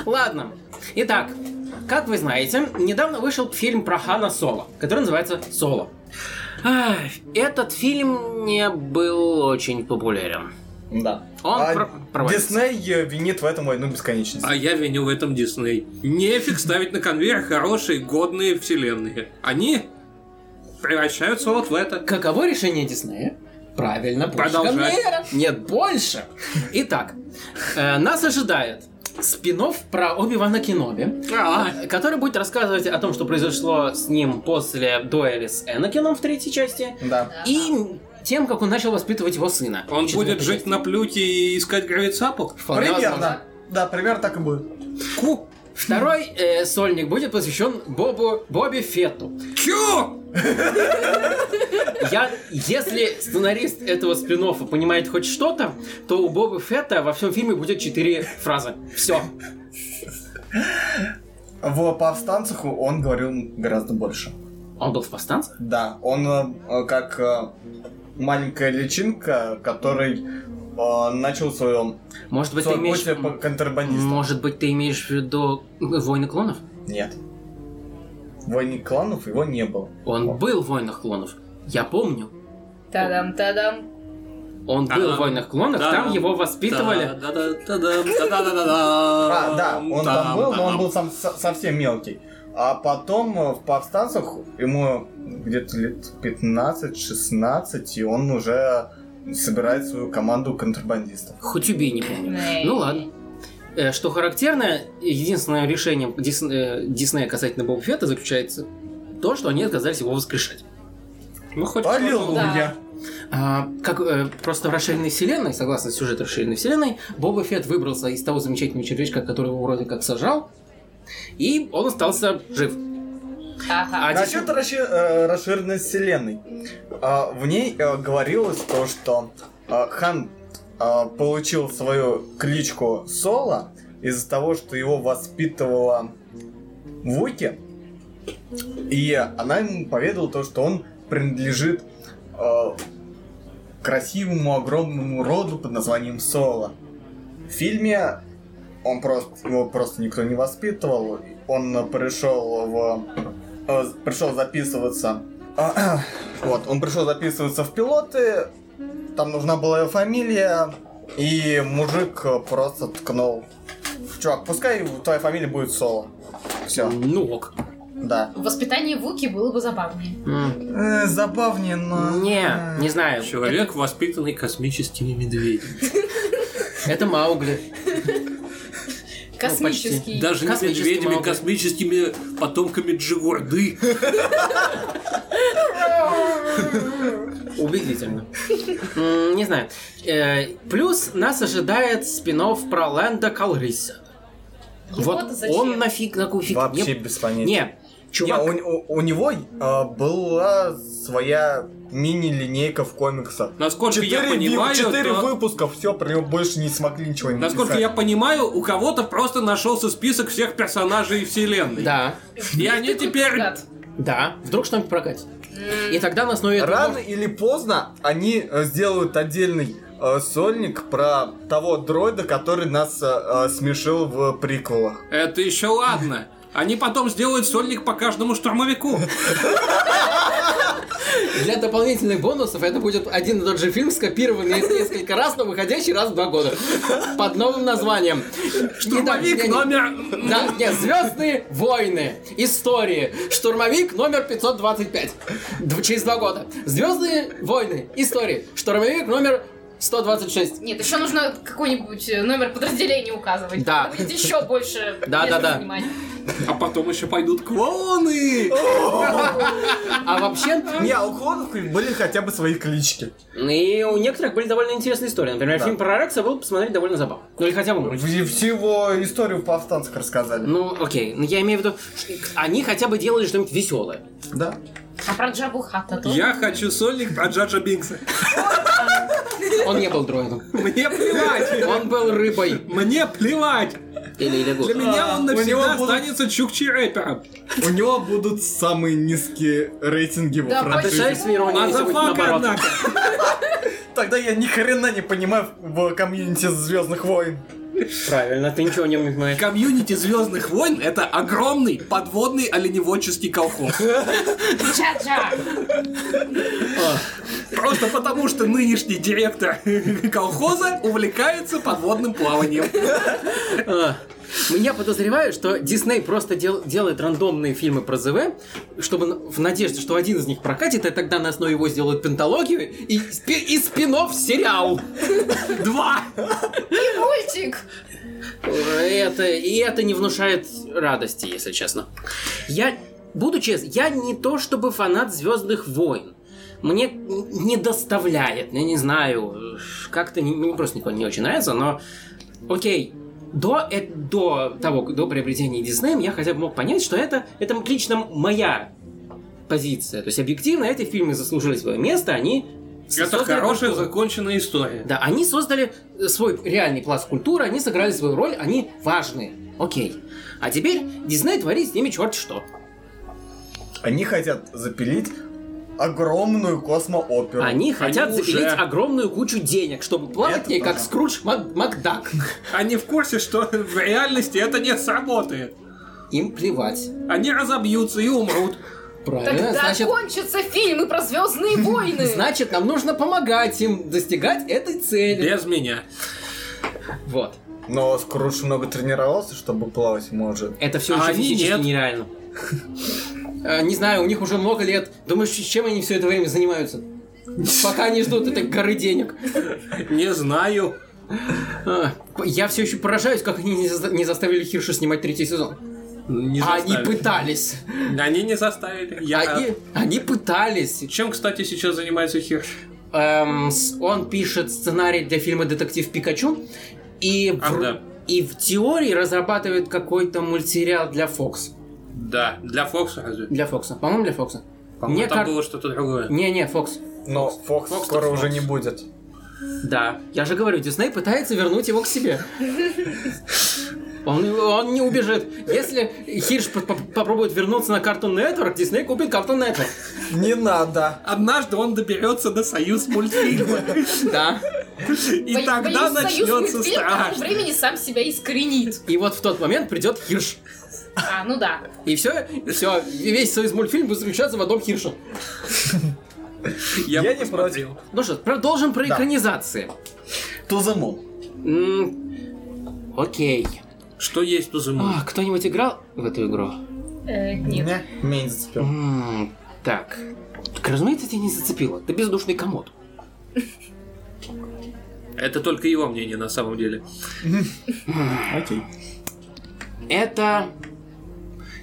Ладно. Итак, как вы знаете, недавно вышел фильм про Хана Соло, который называется «Соло». Ах, Этот фильм не был очень популярен. Да. Он А про- провалился. Дисней э, винит в этом войну бесконечности. А я виню в этом Дисней. Нефиг ставить на конвейер хорошие, годные вселенные. Они превращаются вот в это. Каково решение Диснея? Правильно, больше Продолжать. конвейера. Нет, больше. Итак, э, нас ожидает спинов про Оби-Вана Кеноби. А, который будет рассказывать о том, что произошло с ним после дуэли с Энакином в третьей части, Да. и тем, как он начал воспитывать его сына. Он в будет четвертой жить части. на плюте и искать гравицапу? Вполне возможно. примерно. Да, примерно так и будет. Ку! Второй э, сольник будет посвящен Бобу Бобби Фетту. Чё? Я, если сценарист этого спин понимает хоть что-то, то у Боба Фетта во всем фильме будет четыре фразы. Все. В повстанцах он говорил гораздо больше. Он был в повстанцах? Да, он э, э, как э, маленькая личинка, который э, начал свое Может быть, ты имеешь... путь по контрабандисту. Может быть, ты имеешь в виду Войны клонов? Нет. Войны кланов его не было. Он О. был в Войнах клонов. Я помню. Тадам, тадам. Он был Да. в Войнах клонов, Да. там его воспитывали. А, А, да, он там был, но он был сам- со- совсем мелкий. А потом э, в повстанцах ему где-то лет 15-16, и он уже собирает свою команду контрабандистов. Хоть убей, не помню. Ну ладно. Э, Что характерно, единственное решение Дис- э, Диснея касательно Боба Фетта заключается то, что они отказались его воскрешать. Ну, хоть Аллилуйя! А, как э, просто в расширенной вселенной, согласно сюжету расширенной вселенной, Боба Фетт выбрался из того замечательного червячка, который его вроде как сажал, и он остался жив. Ага. А Насчет Дисней- расши- э, расширенной вселенной. А, в ней э, говорилось то, что э, Хан э, получил свою кличку Соло из-за того, что его воспитывала Вуки. И она ему поведала то, что он принадлежит э, красивому огромному роду под названием Соло. В фильме он просто его просто никто не воспитывал. Он э, пришел в э, пришел записываться. вот, он пришел записываться в пилоты. Там нужна была его фамилия. И мужик э, просто ткнул. Чувак, пускай твоя фамилия будет Соло. Все, Ну ок. да. Э, Воспитание Вуки было бы Ну, забавнее. М, забавнее, но... Не, не знаю. Человек, воспитанный космическими медведями. Это Маугли. Космический. Даже не Космический медведями, Маугли. космическими потомками Джигурды. Убедительно. М, Не знаю. Э, Плюс нас ожидает спинов про Лэнда Калриса. Вот Его-то Ну зачем? он нафиг, на какую фиг... Вообще не- без понятия. Не, чувак, Не, у, у- у него э, была своя мини-линейка в комиксах. Насколько я Четыре, ви- понимаю, четыре то- выпуска, все, про него больше не смогли ничего не Насколько я понимаю, у кого-то просто нашелся список всех персонажей вселенной. Да, И они теперь... Гад. да. Вдруг что-нибудь прокатит. И тогда на основе этого... Рано или поздно они э, сделают отдельный э, сольник про того дроида, который нас э, э, смешил в приквелах. Это еще ладно. Они потом сделают сольник по каждому штурмовику. Для дополнительных бонусов это будет один и тот же фильм, скопированный из несколько раз, но выходящий раз в два года. Под новым названием. Штурмовик Не, да, не, не. номер... Да, нет, Звездные войны. Истории. Штурмовик номер 525. Дв- через два года. Звездные войны. Истории. Штурмовик номер 126. Нет, еще нужно какой-нибудь э, номер подразделения указывать. Да. Будет еще больше Да, да, места да. занимать. А потом еще пойдут клоны. А вообще... Не, а у клонов были хотя бы свои клички. И у некоторых были довольно интересные истории. Например, Да. фильм про Рекса был посмотреть довольно забавно. Ну или хотя бы мультик. В- Всего историю в повстанцах рассказали. Ну, окей. Ну, Я имею в виду, ш- они хотя бы делали что-нибудь веселое. Да. А про Джабу Хата то? Я хочу сольник про Джаджа Бинкса. Он не был дроидом. Мне плевать. Он был рыбой. Мне плевать. Или Для лягушкой. меня он А, у навсегда него будут- останется чукчи рэпером. У него будут самые низкие рейтинги во Да, франшизе. почему? Представь себе А иронию, если будет Мазафака, наоборот. однако. Тогда я ни хрена не понимаю в в комьюнити Звездных войн. Правильно, ты ничего о нем не понимаешь. Комьюнити Звездных войн это огромный подводный оленеводческий колхоз. Джа-джа! Просто потому, что нынешний директор колхоза увлекается подводным плаванием. А, Я подозреваю, что Дисней просто дел- делает рандомные фильмы про ЗВ, чтобы н- в надежде, что один из них прокатит, и тогда на основе его сделают пенталогию и, спи- и спин-офф сериал. Два! Мультик! Это, и это не внушает радости, если честно. Я, буду честен, я не то чтобы фанат Звездных войн. Мне не доставляет, я не знаю, как-то не- мне просто никто не очень нравится, но окей. До, э- до того, до приобретения Диснеем я хотя бы мог понять, что это, это лично моя позиция. То есть объективно эти фильмы заслужили свое место, они... Это создали хорошая культуру. законченная история. Да, они создали э, свой реальный пласт культуры, они сыграли свою роль, они важные. Окей. А теперь Дисней творит с ними черт что. Они хотят запилить огромную космооперу. Они хотят уже- запилить огромную кучу денег, чтобы плакать Это ней, как да. Скрудж Мак- Макдак. Они в курсе, что в реальности это не сработает. Им плевать. Они разобьются и умрут. Правильно, Тогда Э, значит... кончатся фильмы про Звездные войны. Значит, нам нужно помогать им достигать этой цели. Без меня. Вот. Но Скрудж много тренировался, чтобы плавать может. Это все А еще они физически нет. нереально. Э, Не знаю, у них уже много лет. Думаешь, чем они все это время занимаются? Пока они ждут этой горы денег. Не знаю. А, Я все еще поражаюсь, как они не заста- не заставили Хирша снимать третий сезон. Не А они заставили. пытались. Они не заставили. Я... э, Они, они пытались. Чем, кстати, сейчас занимается Хирш? Эм, с- он пишет сценарий для фильма «Детектив Пикачу» и в, Ах, да. и в теории разрабатывает какой-то мультсериал для Фокс. Да, для Фокса разве? Для Фокса. По-моему, для Фокса. По-моему, Мне там кар- было что-то другое. Не-не, Фокс. Но Фокс Фокс-то скоро Фокс. уже не будет. Да. Я же говорю, Дисней пытается вернуть его к себе. Он, он не убежит. Если Хирш по- по- попробует вернуться на Cartoon Network, Дисней купит Cartoon Network. Не надо. Однажды он доберется до союз мультфильма. Да. И Бо- тогда боюсь, союз начнется мультфильм к тому страшно. времени сам себя искоренит. И вот в тот момент придет Хирш. А, ну да. И все, все, весь союз мультфильм будет заключаться в одном Хирше. Я бы не посмотрел. Ну что, продолжим про Да. экранизации. Тузаму. М, Окей. Что есть у Зума? А, кто-нибудь играл в эту игру? Э, нет. Меня меньше зацепил. М, Так. Так, разумеется, тебя не зацепило. Ты бездушный комод. Это только его мнение на самом деле. Окей. Это...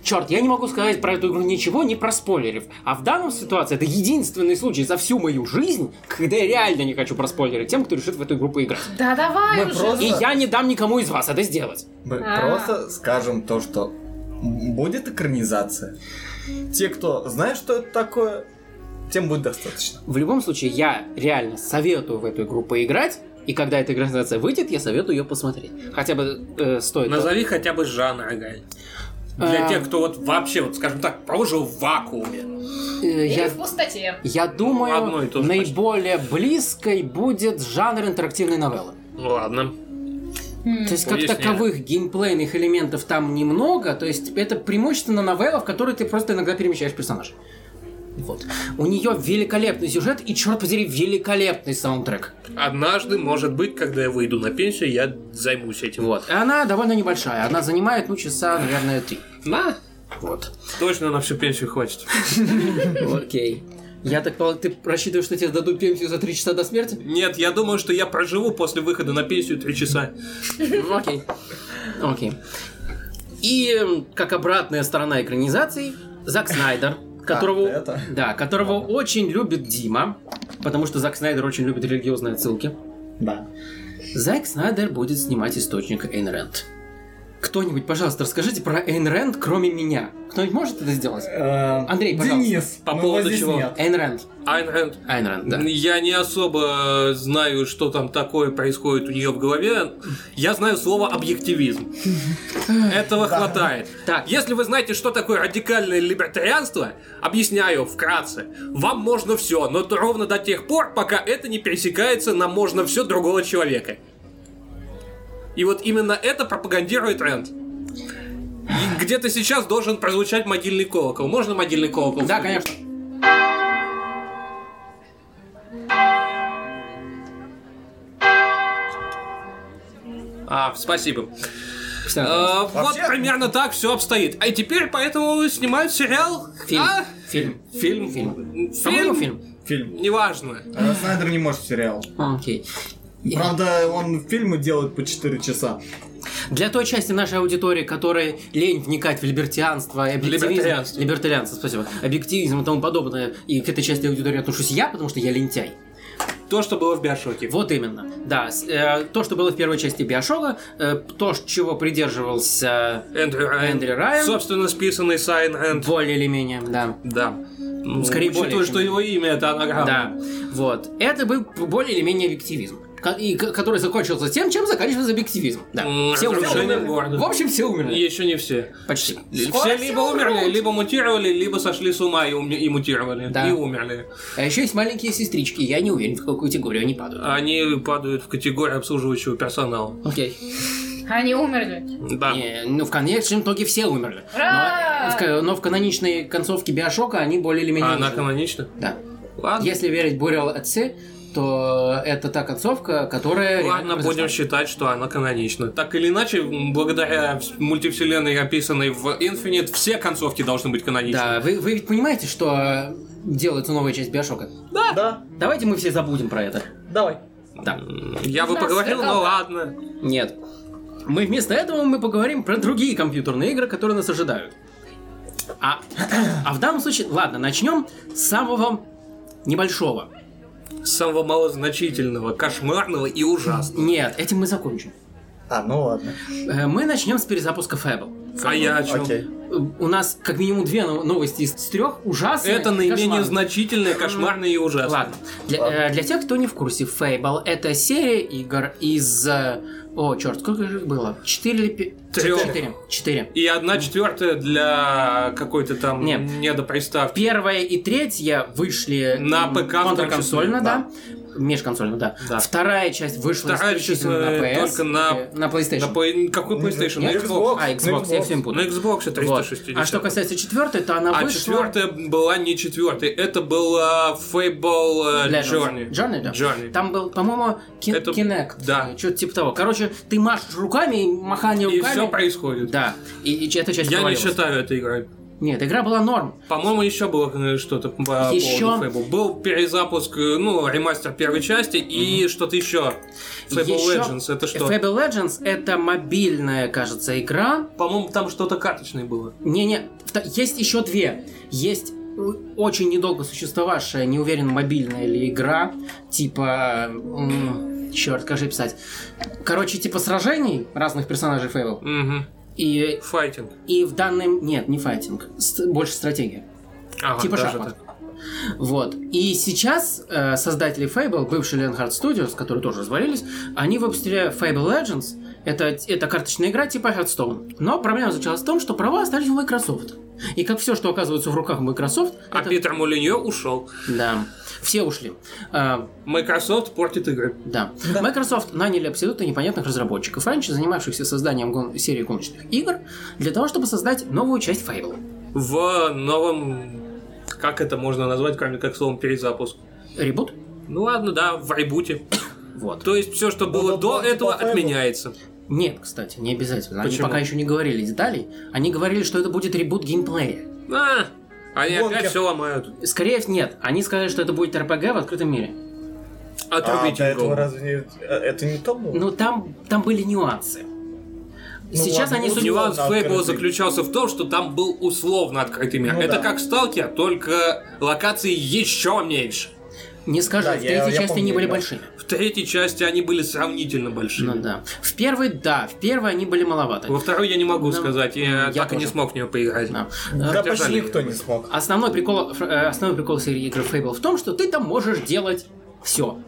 Черт, я не могу сказать про эту игру ничего, не проспойлерив. А в данном ситуации это единственный случай за всю мою жизнь, когда я реально не хочу проспойлерить тем, кто решит в эту игру поиграть. Да давай Мы уже. просто- И я не дам никому из вас это сделать. Мы А. просто скажем то, что м- будет экранизация. Те, кто знает, что это такое, тем будет достаточно. В любом случае, я реально советую в эту игру поиграть, и когда эта игранизация выйдет, я советую ее посмотреть. Хотя бы э, стоит... Назови хотя бы жанр, Галь. Для А. тех, кто вот вообще, вот скажем так, прожил в вакууме. Э, Или я, в пустоте. я думаю, одно и то же наиболее близкой будет жанр интерактивной новеллы. Ну ладно. М. То есть, как Поясняю. таковых геймплейных элементов там немного, то есть это преимущественно новелла, в которой ты просто иногда перемещаешь персонажа. Вот. У нее великолепный сюжет и, черт подери, великолепный саундтрек. Однажды, может быть, когда я выйду на пенсию, я займусь этим. Вот. И она довольно небольшая. Она занимает, ну, часа, наверное, три. На, Вот. точно на всю пенсию хватит. Окей. Я так полагаю, ты рассчитываешь, что тебе дадут пенсию за три часа до смерти? Нет, я думаю, что я проживу после выхода на пенсию три часа. Окей. Окей. И м, как обратная сторона экранизаций, Зак Снайдер, которого, А, это? да, которого очень любит Дима, потому что Зак Снайдер очень любит религиозные отсылки. Да. Зак Снайдер будет снимать источник Эйн Рэнд. Кто-нибудь, пожалуйста, расскажите про Эйн Рэнд, кроме меня. Кто-нибудь может это сделать? Андрей, пожалуйста. Э, Денис, По ну, поводу вот здесь чего? нет. Эйн Рэнд. Айн Рэнд. Эйн Рэнд, да. Я не особо знаю, что там такое происходит у нее в голове. Я знаю слово объективизм. Этого хватает. Так. Если вы знаете, что такое радикальное либертарианство, объясняю вкратце. Вам можно все, но то ровно до тех пор, пока это не пересекается на можно все другого человека. И вот именно это пропагандирует Рэнд. И где-то сейчас должен прозвучать могильный колокол. Можно могильный колокол? Да, конечно. А, спасибо. Всё. Э, Вот Вообще- примерно так все обстоит. А теперь поэтому снимают сериал. Фильм. а? Фильм. Фильм. Фильм. По-моему, Фильм. фильм. А, Фильм. Неважно. А Снайдер не может в сериал. Окей. Правда, он фильмы делает по 4 часа. Для той части нашей аудитории, которой лень вникать в либертианство, и объективизм, Либертарианство. либертарианство, спасибо, объективизм и тому подобное, и к этой части аудитории отношусь я, потому что я лентяй. То, что было в Биошоке. Вот именно. Да, с- э, то, что было в первой части Биошога, э, то, ш- чего придерживался Эндрю Райан. Эндрю Райан. Собственно, списанный Сайн Энд. более или менее, да. Да. Ну, скорее учитывая, более, что чем- его имя это анаграмма. Да, вот. Это был более или менее объективизм. ко- и ко- который закончился тем, чем заканчивается объективизм. Да. М, Все разрушение умерли. города. В общем, все И умерли. Еще не все. Почти. Скоро все либо все умерли, умрут. либо мутировали, либо сошли с ума и, умни- и мутировали. Да. И умерли. А еще есть маленькие сестрички. Я не уверен, в какую категорию они падают. Они падают в категорию обслуживающего персонала. Окей. Они умерли. Да. А Не, ну, в конечном итоге все умерли. Ура! Но в, ка- но в каноничной концовке Биошока они более или менее... А она выжили. канонична? Да. Ладно. Если верить Буриал Отцы, то это та концовка, которая... реально Ладно, произошла. будем считать, что она канонична. Так или иначе, м, благодаря вс- мультивселенной, описанной в Infinite, все концовки должны быть каноничны. Да, вы, вы ведь понимаете, что э, делается новая часть Биошока? Да, Давайте мы все забудем про это. давай. Да. М, Я бы Да, поговорил, скакал. но ладно. Нет. Мы вместо этого мы поговорим про другие компьютерные игры, которые нас ожидают. А, а в данном случае... Ладно, начнем с самого небольшого. Самого малозначительного, кошмарного и ужасного. Нет, этим мы закончим. А, ну ладно. Э, Мы начнем с перезапуска Fable. А я о чем? Окей. Э, У нас как минимум две но- новости из трех ужасные. Это и наименее кошмарные. значительное, кошмарное и ужасное. Ладно. Для, э, для тех, кто не в курсе, Fable это серия игр из... э, О, черт, сколько же их было? Четыре или пять? Трёх. Четыре. Четыре. И одна четвертая для какой-то там Нет. недоприставки. Первая и третья вышли На м, ПК в том контрконсольно, числе, да. Межконсольно, да. Да. Вторая часть вышла Вторая исключительно часть, на э, PS. только на- э, на PlayStation. На P- Какой Ну, PlayStation? Нет, На Xbox. А, Xbox, ну, я всем На путаю. Xbox Вот. 360. А что касается четвертой, то она А вышла... четвертая была не четвертая, это была Fable э, Legends. Journey. Journey, да. Journey. Там был, по-моему, кин- Это- Kinect. да. Что-то типа того. Короче, ты машешь руками, и махание И руками. все происходит. Да. И, и эта часть Я не провалилась. считаю это игрой. Нет, игра была норм. По-моему, еще было э, что-то по Еще? поводу Fable. Был перезапуск, э, ну, ремастер первой части и что-то еще. Fable Еще- Legends, это что? Fable Legends это мобильная, кажется, игра. По-моему, там что-то карточное было. Не-не, та- есть еще две. Есть э, очень недолго существовавшая, не уверен, мобильная ли игра, типа... черт, как же писать. Короче, типа сражений разных персонажей Fable. Угу. И, Файтинг. и в данном... Нет, не файтинг. С- больше стратегия. Ага, типа даже шахмат. так. Вот. И сейчас э, создатели Fable, бывшие Leonhard Studios, которые тоже развалились, они выпустили Fable Legends. Это, это карточная игра типа Hearthstone. Но проблема заключалась в том, что права остались у Microsoft. И как все, что оказывается в руках Microsoft, А это- Питер Мулиньо ушел. Да. Все ушли. А, Microsoft портит игры. да. Microsoft наняли абсолютно непонятных разработчиков, раньше занимавшихся созданием гон- серии гоночных игр, для того, чтобы создать новую часть Fable. В новом... Как это можно назвать, кроме как словом перезапуск? Ребут? Ну ладно, да, в ребуте. Вот. То есть все, что было Ну, до да, этого, типа Fable. отменяется. Нет, кстати, не обязательно. Они Почему? пока еще не говорили деталей. Они говорили, что это будет ребут геймплея. А, они Гонки. опять все ломают. Скорее всего, нет. Они сказали, что это будет РПГ в открытом мире. А, Отрубить до им голову. этого разве не- э, это не то было? Но там, там были нюансы. Сейчас ладно, они... ну, судя- условно Нюанс Фейбла открытый. заключался в том, что там был условно открытый мир. Ну Это да. как сталкер, только локации еще меньше. Не скажу, Да, в я- третьей я части они помню, были да. большими. В третьей части они были сравнительно большими. Ну да. В первой, да, в первой они были маловаты. Во второй я не могу Ну, сказать, я, я так и не тоже. смог в нее поиграть. Да. Э, Да Держали почти её. никто не смог. Основной прикол, ф- э, основной прикол серии игр Fable в том, что ты там можешь делать все.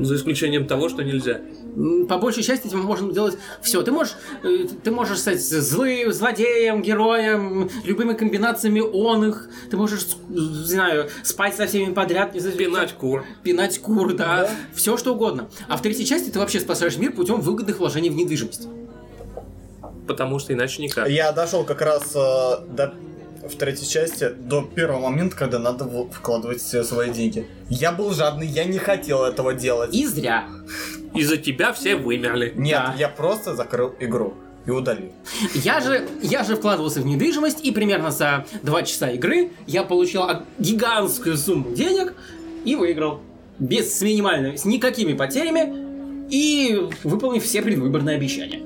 За исключением того, что нельзя. М, По большей части этим можно делать все. Ты можешь, э, ты можешь стать злым, злодеем, героем, любыми комбинациями он их. Ты можешь, не знаю, спать со всеми подряд, не знаю, Пинать кур. пинать кур, да, Да. все что угодно. А в третьей части ты вообще спасаешь мир путем выгодных вложений в недвижимость. Потому что иначе никак. А Я дошел как раз э, до в третьей части до первого момента, когда надо в- вкладывать все свои деньги. Я был жадный, я не хотел этого делать. И зря. Из-за тебя все вымерли. Нет, Да. я просто закрыл игру и удалил. Я же, я же вкладывался в недвижимость, и примерно за два часа игры я получил о- гигантскую сумму денег и выиграл. Без с минимальными, с никакими потерями и выполнив все предвыборные обещания.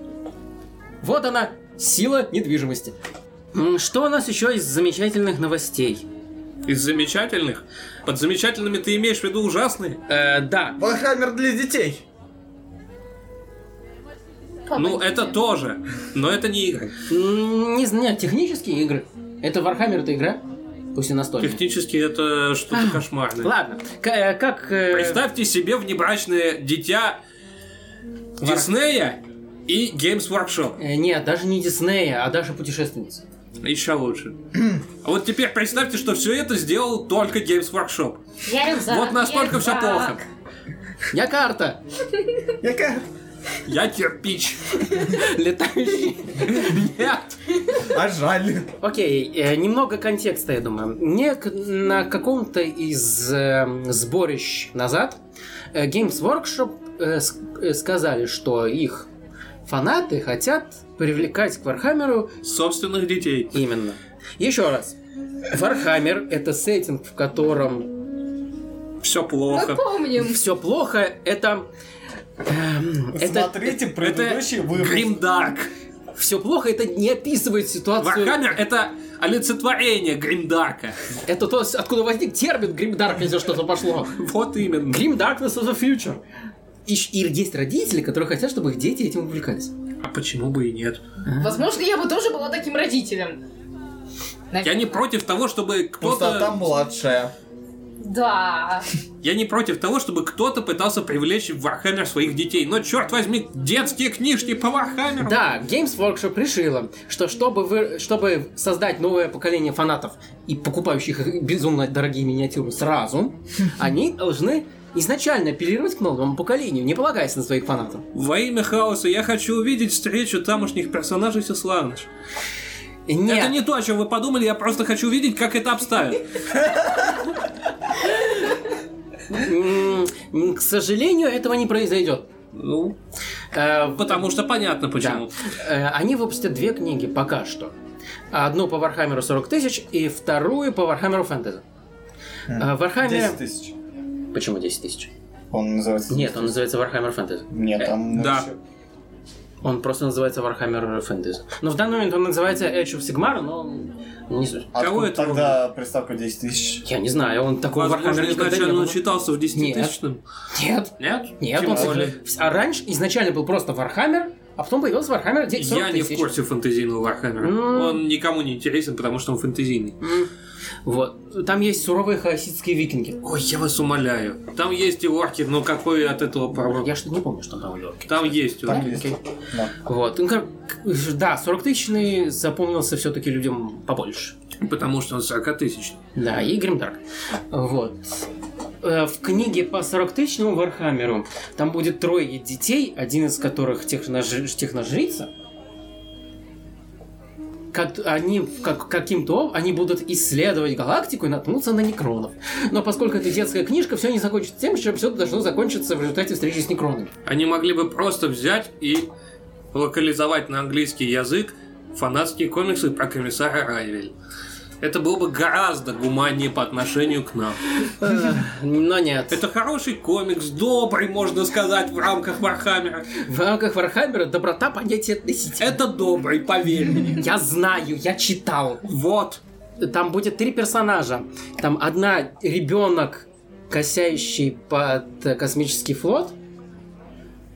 Вот она, сила недвижимости. М, Что у нас еще из замечательных новостей? Из замечательных. Под замечательными ты имеешь в виду ужасные? Э, да, Вархаммер для детей. Ну, это тоже. Но это не игры. М, не знаю, технические игры. Это Warhammer, это игра, пусть и настольная. Технически это что-то кошмарное. Ладно, к- э, как... э, Представьте себе внебрачное дитя Диснея и Games Workshop. Э, Нет, даже не Диснея, а даже путешественница. Еще лучше. А вот теперь представьте, что все это сделал только Games Workshop. Я рюкзак. Вот настолько я все рюкзак. плохо. Я карта. Яка? Я кирпич. Летающий. Нет. А жаль. Окей, э, немного контекста, я думаю. Мне к- на каком-то из э, сборищ назад э, Games Workshop э, с- э, сказали, что их фанаты хотят привлекать к Вархаммеру Собственных детей. Именно. Еще раз. Вархаммер — это сеттинг, в котором Все Мы плохо. помним. все плохо. Это... эм, это Смотрите Это предыдущий выпуск. Гримдарк. все плохо, это не описывает ситуацию. Вархаммер это олицетворение Гримдарка. Это то, с- откуда возник термин гримдарк, если что-то пошло. Вот именно. Grim Darkness of the Future. И, щ- и есть родители, которые хотят, чтобы их дети этим увлекались. А почему бы и нет? Возможно, я бы тоже была таким родителем. Я не против того, чтобы Пустота кто-то... младшая. Да. Я не против того, чтобы кто-то пытался привлечь в Вархаммер своих детей. Но, черт возьми, детские книжки по Вархаммеру. Да, Games Workshop решила, что чтобы, вы, чтобы создать новое поколение фанатов и покупающих их безумно дорогие миниатюры сразу, они должны изначально апеллировать к новому поколению, не полагаясь на своих фанатов. Во имя хаоса я хочу увидеть встречу тамошних персонажей со Славныш. И Нет, Это не то, о чем вы подумали, я просто хочу увидеть, как это обставит. м, м, к сожалению, этого не произойдет. Ну, Э, потому что понятно почему. Э, Они выпустят две книги пока что. Одну по Вархаммеру 40 тысяч и вторую по Вархаммеру Фэнтези. Э, Вархаммер... 10 тысяч. Почему 10 тысяч? Он называется... Нет, он называется Вархаммер Фэнтези. Нет, там... Да. еще- Он просто называется Warhammer Fantasy. Но в данный момент он называется Edge of Sigmar, но не суть. Откуда Кого это тогда приставка 10 тысяч? Я не знаю, он такой Возможно, Warhammer никогда не изначально был. он читался в 10 тысячном. Нет, Нет? нет, Тем он... более. А раньше изначально был просто Warhammer, а потом появился Warhammer 10 Я не в курсе фэнтезийного Вархаммера. М. Он никому не интересен, потому что он фэнтезийный. Вот. Там есть суровые хаоситские викинги. Ой, я вас умоляю. Там есть и орки, но какой от этого порог? Я что-то не помню, что там было. Там есть Там орки. есть. окей. Да. Вот. Ну, как- Да, 40 тысячный запомнился все-таки людям побольше. Потому что он 40 тысяч. Да, и Гримдарк. Вот. Э, В книге по 40-тысячному Вархаммеру там будет трое детей, один из которых техножри- техножрица. Как, они в как, каким-то об- они будут исследовать галактику и наткнуться на некронов. Но поскольку это детская книжка, все не закончится тем, чем все должно закончиться в результате встречи с некронами. Они могли бы просто взять и локализовать на английский язык фанатские комиксы про комиссара Райвель. Это было бы гораздо гуманнее по отношению к нам. Э, Но нет. Это хороший комикс, добрый, можно сказать, в рамках Вархаммера. В рамках Вархаммера доброта понятие относительно. Это добрый, поверь мне. Я знаю, я читал. Вот. Там будет три персонажа. Там одна ребенок, косящий под э, космический флот.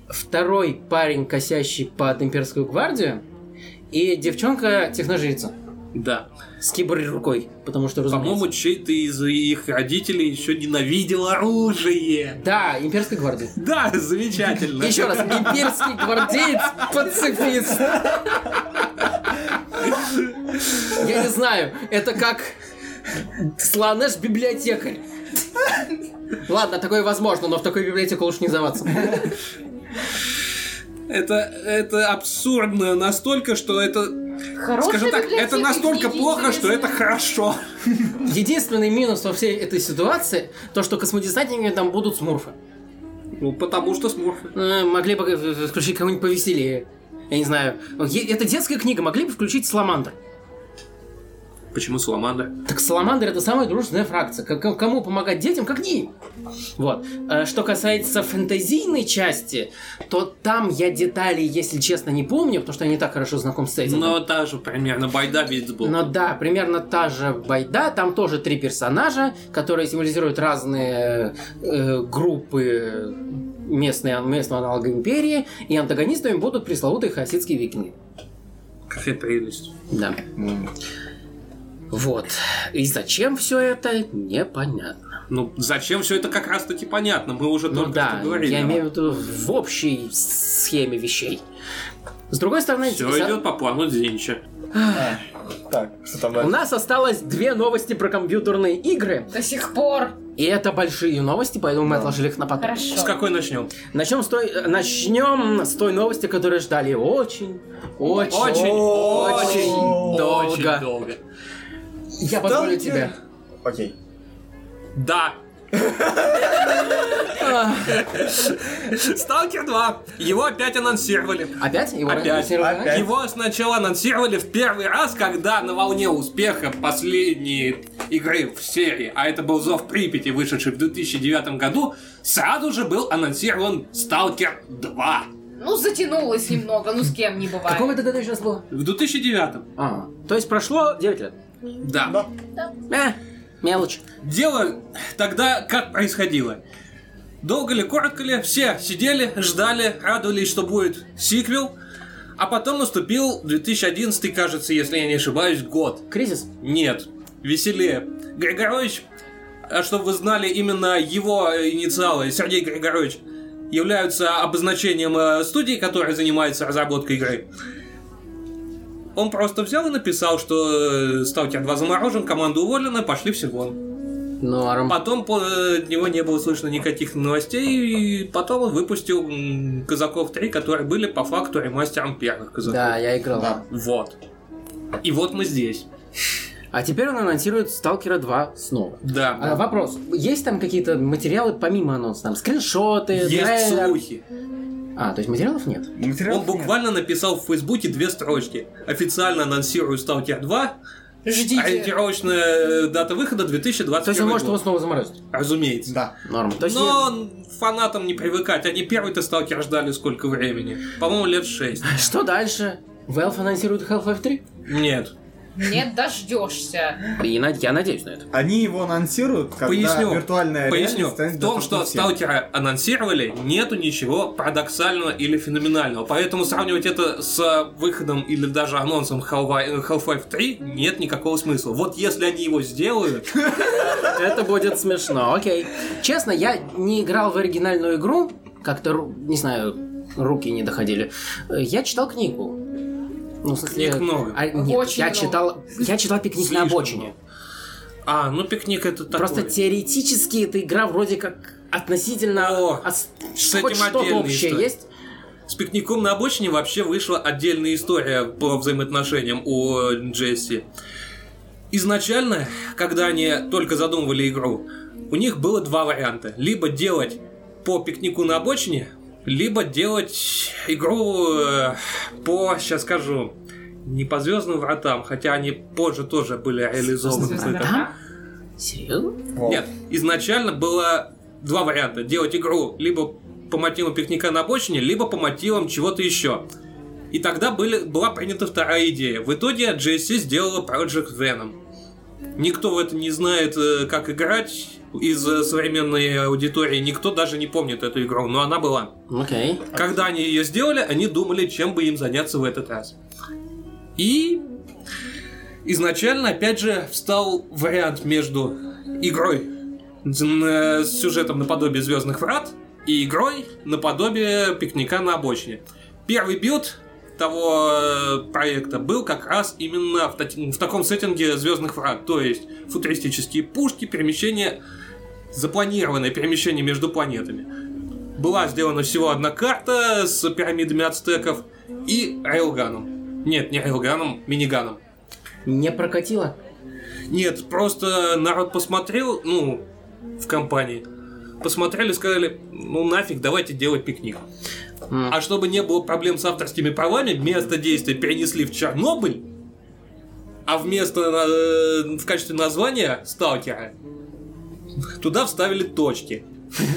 Второй парень, косящий под имперскую гвардию. И девчонка техножрица Да. с киборг рукой, потому что разумеется. По-моему, чей-то из их родителей еще ненавидел оружие. Да, имперская гвардия. Да, замечательно. Еще раз, имперский гвардеец пацифист. Я не знаю, это как слонеш библиотекарь. Ладно, такое возможно, но в такой библиотеку лучше не заваться. Это, это абсурдно настолько, что это, Хорошая скажем так, библиотека, это настолько книги плохо, что это интересные. хорошо. Единственный минус во всей этой ситуации, то, что космодесантниками там будут смурфы. Ну, потому что смурфы. Э, Могли бы э, включить кого-нибудь повеселее. Я не знаю. Е- Это детская книга, могли бы включить Саламандр. Почему Саламандра? Так Саламандр это самая дружественная фракция. К- к- Кому помогать детям, как не им. Вот. Э, Что касается фэнтезийной части, то там я деталей, если честно, не помню, потому что я не так хорошо знаком с этим. Ну, та же примерно байда ведь был. Но да, примерно та же байда, там тоже три персонажа, которые символизируют разные э, группы местные, местного аналога империи, и антагонистами будут пресловутые хаоситские викинги. Какая прелесть. Да. М. Вот. И зачем все это, непонятно. Ну, зачем все это как раз-таки понятно? Мы уже Ну только да, что говорили. я имею в виду в общей с- схеме вещей. С другой стороны, Все за- идет по плану Динча. А, Так, что там у дальше? нас осталось две новости про компьютерные игры. До сих пор. И это большие новости, поэтому мы Да. отложили их на потом. Хорошо. С какой начнем? Начнем с той, начнем с той новости, которую ждали очень, очень, Очень, очень очень, долго. очень долго. Я позволю тебе. Окей. Да. Сталкер 2. Его опять анонсировали. Опять? Его Опять, анонсировали? опять. Его сначала анонсировали в первый раз, когда на волне успеха последней игры в серии, а это был Зов Припяти, вышедший в 2009 году, сразу же был анонсирован Сталкер 2. Ну, затянулось немного, ну с кем не бывает. Какого это года сейчас было? В 2009. А, то есть прошло 9 лет. Да. Да. Э, мелочь. Дело тогда как происходило? Долго ли, коротко ли, все сидели, ждали, радовались, что будет сиквел. А потом наступил 2011, кажется, если я не ошибаюсь, год. Кризис? Нет, веселее. Григорович, а чтобы вы знали, именно его э, инициалы, Сергей Григорович, являются обозначением э, студии, которая занимается разработкой игры. Он просто взял и написал, что э, Сталкер 2 заморожен, команда уволена, пошли все вон. Норм. Потом по- э, от него не было слышно никаких новостей, и потом он выпустил м, Казаков 3, которые были по факту ремастером первых Казаков. Да, я играл. Да. Вот. И вот мы здесь. А теперь он анонсирует Сталкера 2 снова. Да. А, вопрос. Есть там какие-то материалы помимо анонса? Там скриншоты, Есть трейлер? слухи. А, то есть материалов нет? Материалов нет. Он буквально написал в Фейсбуке две строчки. Официально анонсирую Сталкер 2. Ждите. Ориентировочная дата выхода 2021 То есть он может его год. снова заморозить? Разумеется. Да. Норм. То есть Но фанатам не привыкать. Они первый-то Сталкер ждали сколько времени? По-моему, лет 6. не- Что дальше? Valve анонсирует Half-Life 3? Нет. Не дождешься. И на- я надеюсь на это. Они его анонсируют, когда Поясню. виртуальная Поясню. реальность станет В том, что доступна от всем. Сталкера анонсировали, нету ничего парадоксального или феноменального. Поэтому сравнивать это с выходом или даже анонсом Half-Life Half-Life 3 нет никакого смысла. Вот если они его сделают, ну, Это будет смешно, окей. Честно, я не играл в оригинальную игру, как-то, ру- не знаю, руки не доходили. Э, Я читал книгу. Ну, в смысле... Книг много. а, нет, Очень я много. читал, я читал пикник на Слишком обочине. много. А, ну пикник это такое. Просто теоретически эта игра вроде как относительно... О, ос- с хоть этим что-то отдельная общее история. есть? С пикником на обочине вообще вышла отдельная история по взаимоотношениям у э, Джесси. Изначально, когда они только задумывали игру, у них было два варианта. Либо делать по пикнику на обочине, либо делать игру э, по, сейчас скажу, не по звездным вратам, хотя они позже тоже были реализованы. Звездным Да? Серьезно? Вау. Нет, изначально было два варианта. Делать игру либо по мотивам пикника на обочине, либо по мотивам чего-то еще. И тогда были, была принята вторая идея. В итоге GSC сделала Project Venom. Никто в это не знает, э, как играть из э, современной аудитории. Никто даже не помнит эту игру, но она была. Окей. Когда они ее сделали, они думали, чем бы им заняться в этот раз. И изначально, опять же, встал вариант между игрой н- э, с сюжетом наподобие Звездных врат и игрой наподобие пикника на обочине. Первый билд того э, проекта был как раз именно в, тати- в таком сеттинге Звездных врат, то есть футуристические пушки, перемещение, запланированное перемещение между планетами была сделана всего одна карта с пирамидами ацтеков и рейлганом. Нет, не рейлганом, миниганом. Не прокатило? Нет, просто народ посмотрел, ну, в компании, посмотрели, сказали, ну нафиг, давайте делать пикник. М. А чтобы не было проблем с авторскими правами, место действия перенесли в Чернобыль, а вместо э, в качестве названия сталкера туда вставили точки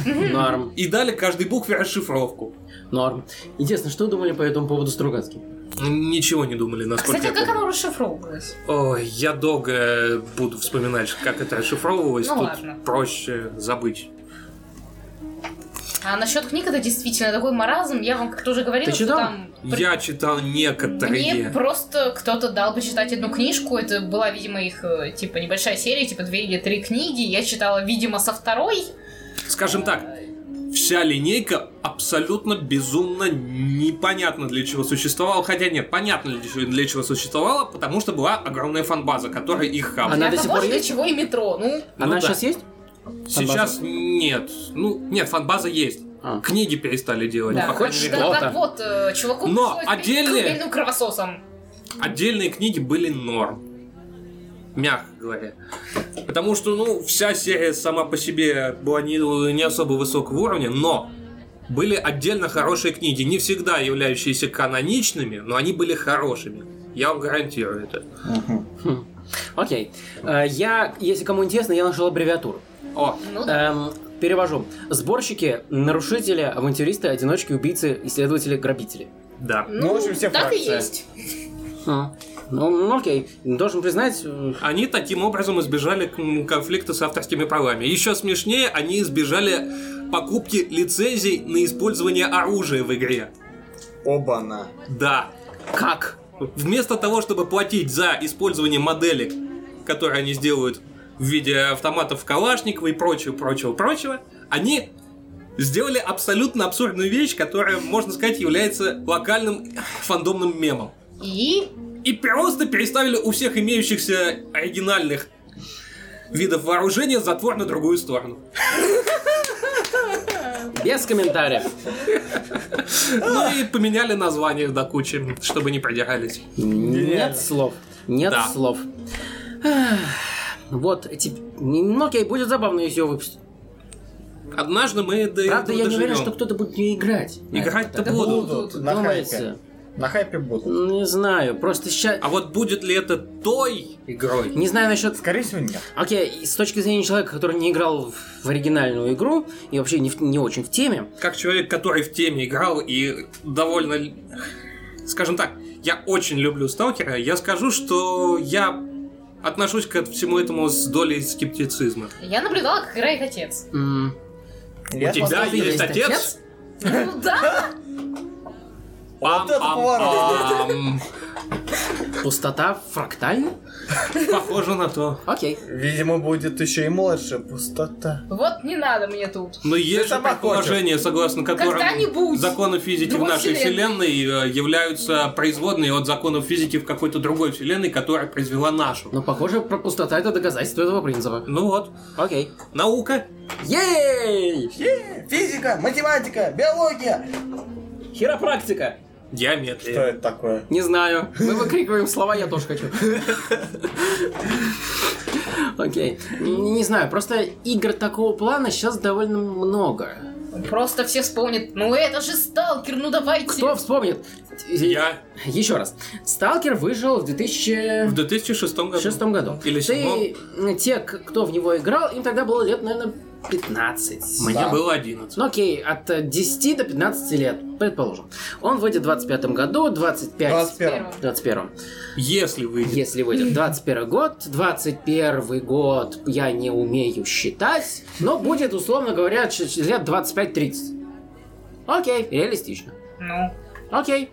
Норм. и дали каждой букве расшифровку. Норм. Интересно, что думали по этому поводу Стругацкий? Ну Ничего не думали, А, насколько Кстати, а я как помню. оно расшифровывалось? Ой, я долго буду вспоминать, как это расшифровывалось. Ну Тут ладно. проще забыть. А насчет книг это действительно такой маразм. Я вам как-то уже говорила, Ты что читал? там... Я читал некоторые. Мне просто кто-то дал почитать одну книжку. Это была, видимо, их, э, типа, небольшая серия, типа, две или три книги. Я читала, видимо, со второй. Скажем так, вся линейка абсолютно безумно непонятно для чего существовала. Хотя нет, понятно для чего, для чего существовала, потому что была огромная фанбаза, которая их хавала. Она до Для сих того пор же, для есть? чего и метро, ну... Ну Она да. сейчас есть? Сейчас нет. Ну, нет, фанбаза есть. А. Книги перестали делать. Да, по крайней так, мере. что-то. так вот, э, чуваку Ну, Но пришлось быть отдельные- колыбельным кровососом. Отдельные книги были норм. Мягко говоря. Потому что, ну, вся серия сама по себе была не, не особо высокого уровня, но были отдельно хорошие книги, не всегда являющиеся каноничными, но они были хорошими. Я вам гарантирую это. Мгм. Хм. Окей. Э, Я, если кому интересно, я нашел аббревиатуру. О, Ну да. Эм, перевожу. Сборщики, нарушители, авантюристы, одиночки, убийцы, исследователи, грабители. да. Ну, в общем, все так и фракции. есть. А. Ну, ну, окей, должен признать, э, Они таким образом избежали м, конфликта с авторскими правами. Еще смешнее, они избежали покупки лицензий на использование оружия в игре. Оба-на. Да. как? Вместо того, чтобы платить за использование моделек, которые они сделают в виде автоматов Калашникова и прочего, прочего, прочего, они сделали абсолютно абсурдную вещь, которая, можно сказать, является локальным фандомным мемом. И И просто переставили у всех имеющихся оригинальных видов вооружения затвор на другую сторону. Без комментариев. Ну и поменяли название до кучи, чтобы не придирались. Нет слов. Нет Да. слов. Ах, Вот, эти... Ну, окей, будет забавно, если его выпустить. Однажды мы до Правда, этого я не уверен, доживем. что кто-то будет в нее играть. ну. Играть-то Да будут. Будут, на Думается. На хайпе будут. Не знаю, просто сейчас... А вот будет ли это той игрой? Не знаю насчет... Скорее всего, нет. Окей, с точки зрения человека, который не играл в в оригинальную игру и вообще не, в- не очень в теме, Как человек, который в теме играл и довольно... л- Скажем так, я очень люблю Сталкера, я скажу, что я отношусь ко всему этому с долей скептицизма. я наблюдала, как играет отец. м, Я У тебя посмотрел, есть есть отец? отец? Ну да, Вот это Пам-пам-пам. пустота фрактальна? Похоже на то. Окей. Видимо, будет еще и младшая пустота. вот не надо мне тут. Но есть же сама предположение, согласно которому Когда-нибудь. законы физики в Другой нашей вселенной э, являются производные от законов физики в какой-то другой вселенной, которая произвела нашу. Но, похоже, про- пустота это доказательство этого принципа. Ну вот, Окей. наука. Ей! Физика, математика, биология. Хиропрактика! Что Геометрия. это такое? Не знаю. Мы выкрикиваем слова, я тоже хочу. Окей. Н- Не знаю, просто игр такого плана сейчас довольно много. Просто все вспомнят, ну это же сталкер, ну давайте. Кто вспомнит? Я Еще раз. Сталкер вышел в 2000... в 2006 году. В шестом году. Или Ты- э, седьмом. те, к- кто в него играл, им тогда было лет, наверное, 15. Мне Да. было 11. Ну окей, от э, 10 до 15 лет, предположим. Он выйдет в 25 году, 25... 21. 21 Если выйдет. Если выйдет 21 год, 21 год я не умею считать, но будет, условно говоря, ч- ч- лет 25-30. Окей, реалистично. Ну, Окей.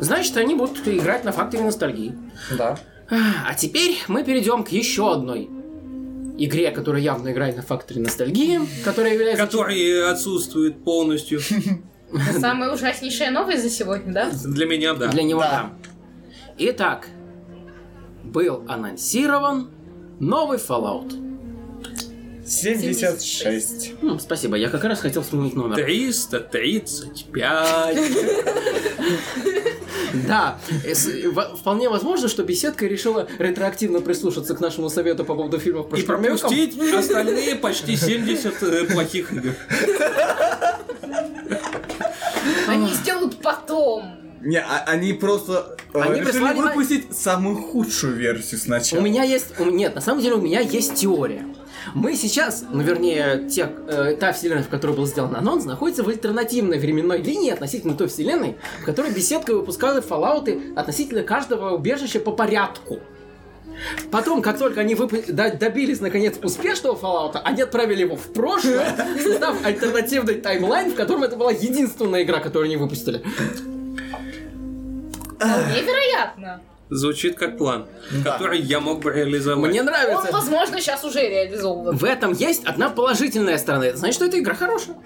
Значит, они будут играть на факторе ностальгии. Да. А теперь мы перейдем к еще одной игре, которая явно играет на факторе ностальгии, которая является... Который отсутствует полностью. это самая ужаснейшая новость за сегодня, да? Для меня, да. Для него Да. да. Итак, был анонсирован новый Fallout. 76. Хм, спасибо, я как раз хотел вспомнить номер. 335. Да, э, с- э, во- вполне возможно, что беседка решила ретроактивно прислушаться к нашему совету по поводу фильмов про И Штурмовиков. пропустить остальные почти 70 э, плохих игр. Они сделают потом. Не, а- они просто э, Они решили прислали на- выпустить самую худшую версию сначала. У меня есть... у- Нет, на самом деле у меня есть теория. Мы сейчас, ну вернее, те, э, та вселенная, в которой был сделан анонс, находится в альтернативной временной линии относительно той вселенной, в которой беседка выпускала фоллауты относительно каждого убежища по порядку. Потом, как только они выпу- до- добились, наконец, успешного Fallout, они отправили его в прошлое, создав альтернативный таймлайн, в котором это была единственная игра, которую они выпустили. Вполне вероятно. Звучит как план, Да. который я мог бы реализовать. Мне Он, нравится. возможно, сейчас уже реализован. В этом есть одна положительная сторона. Это значит, что эта игра хорошая.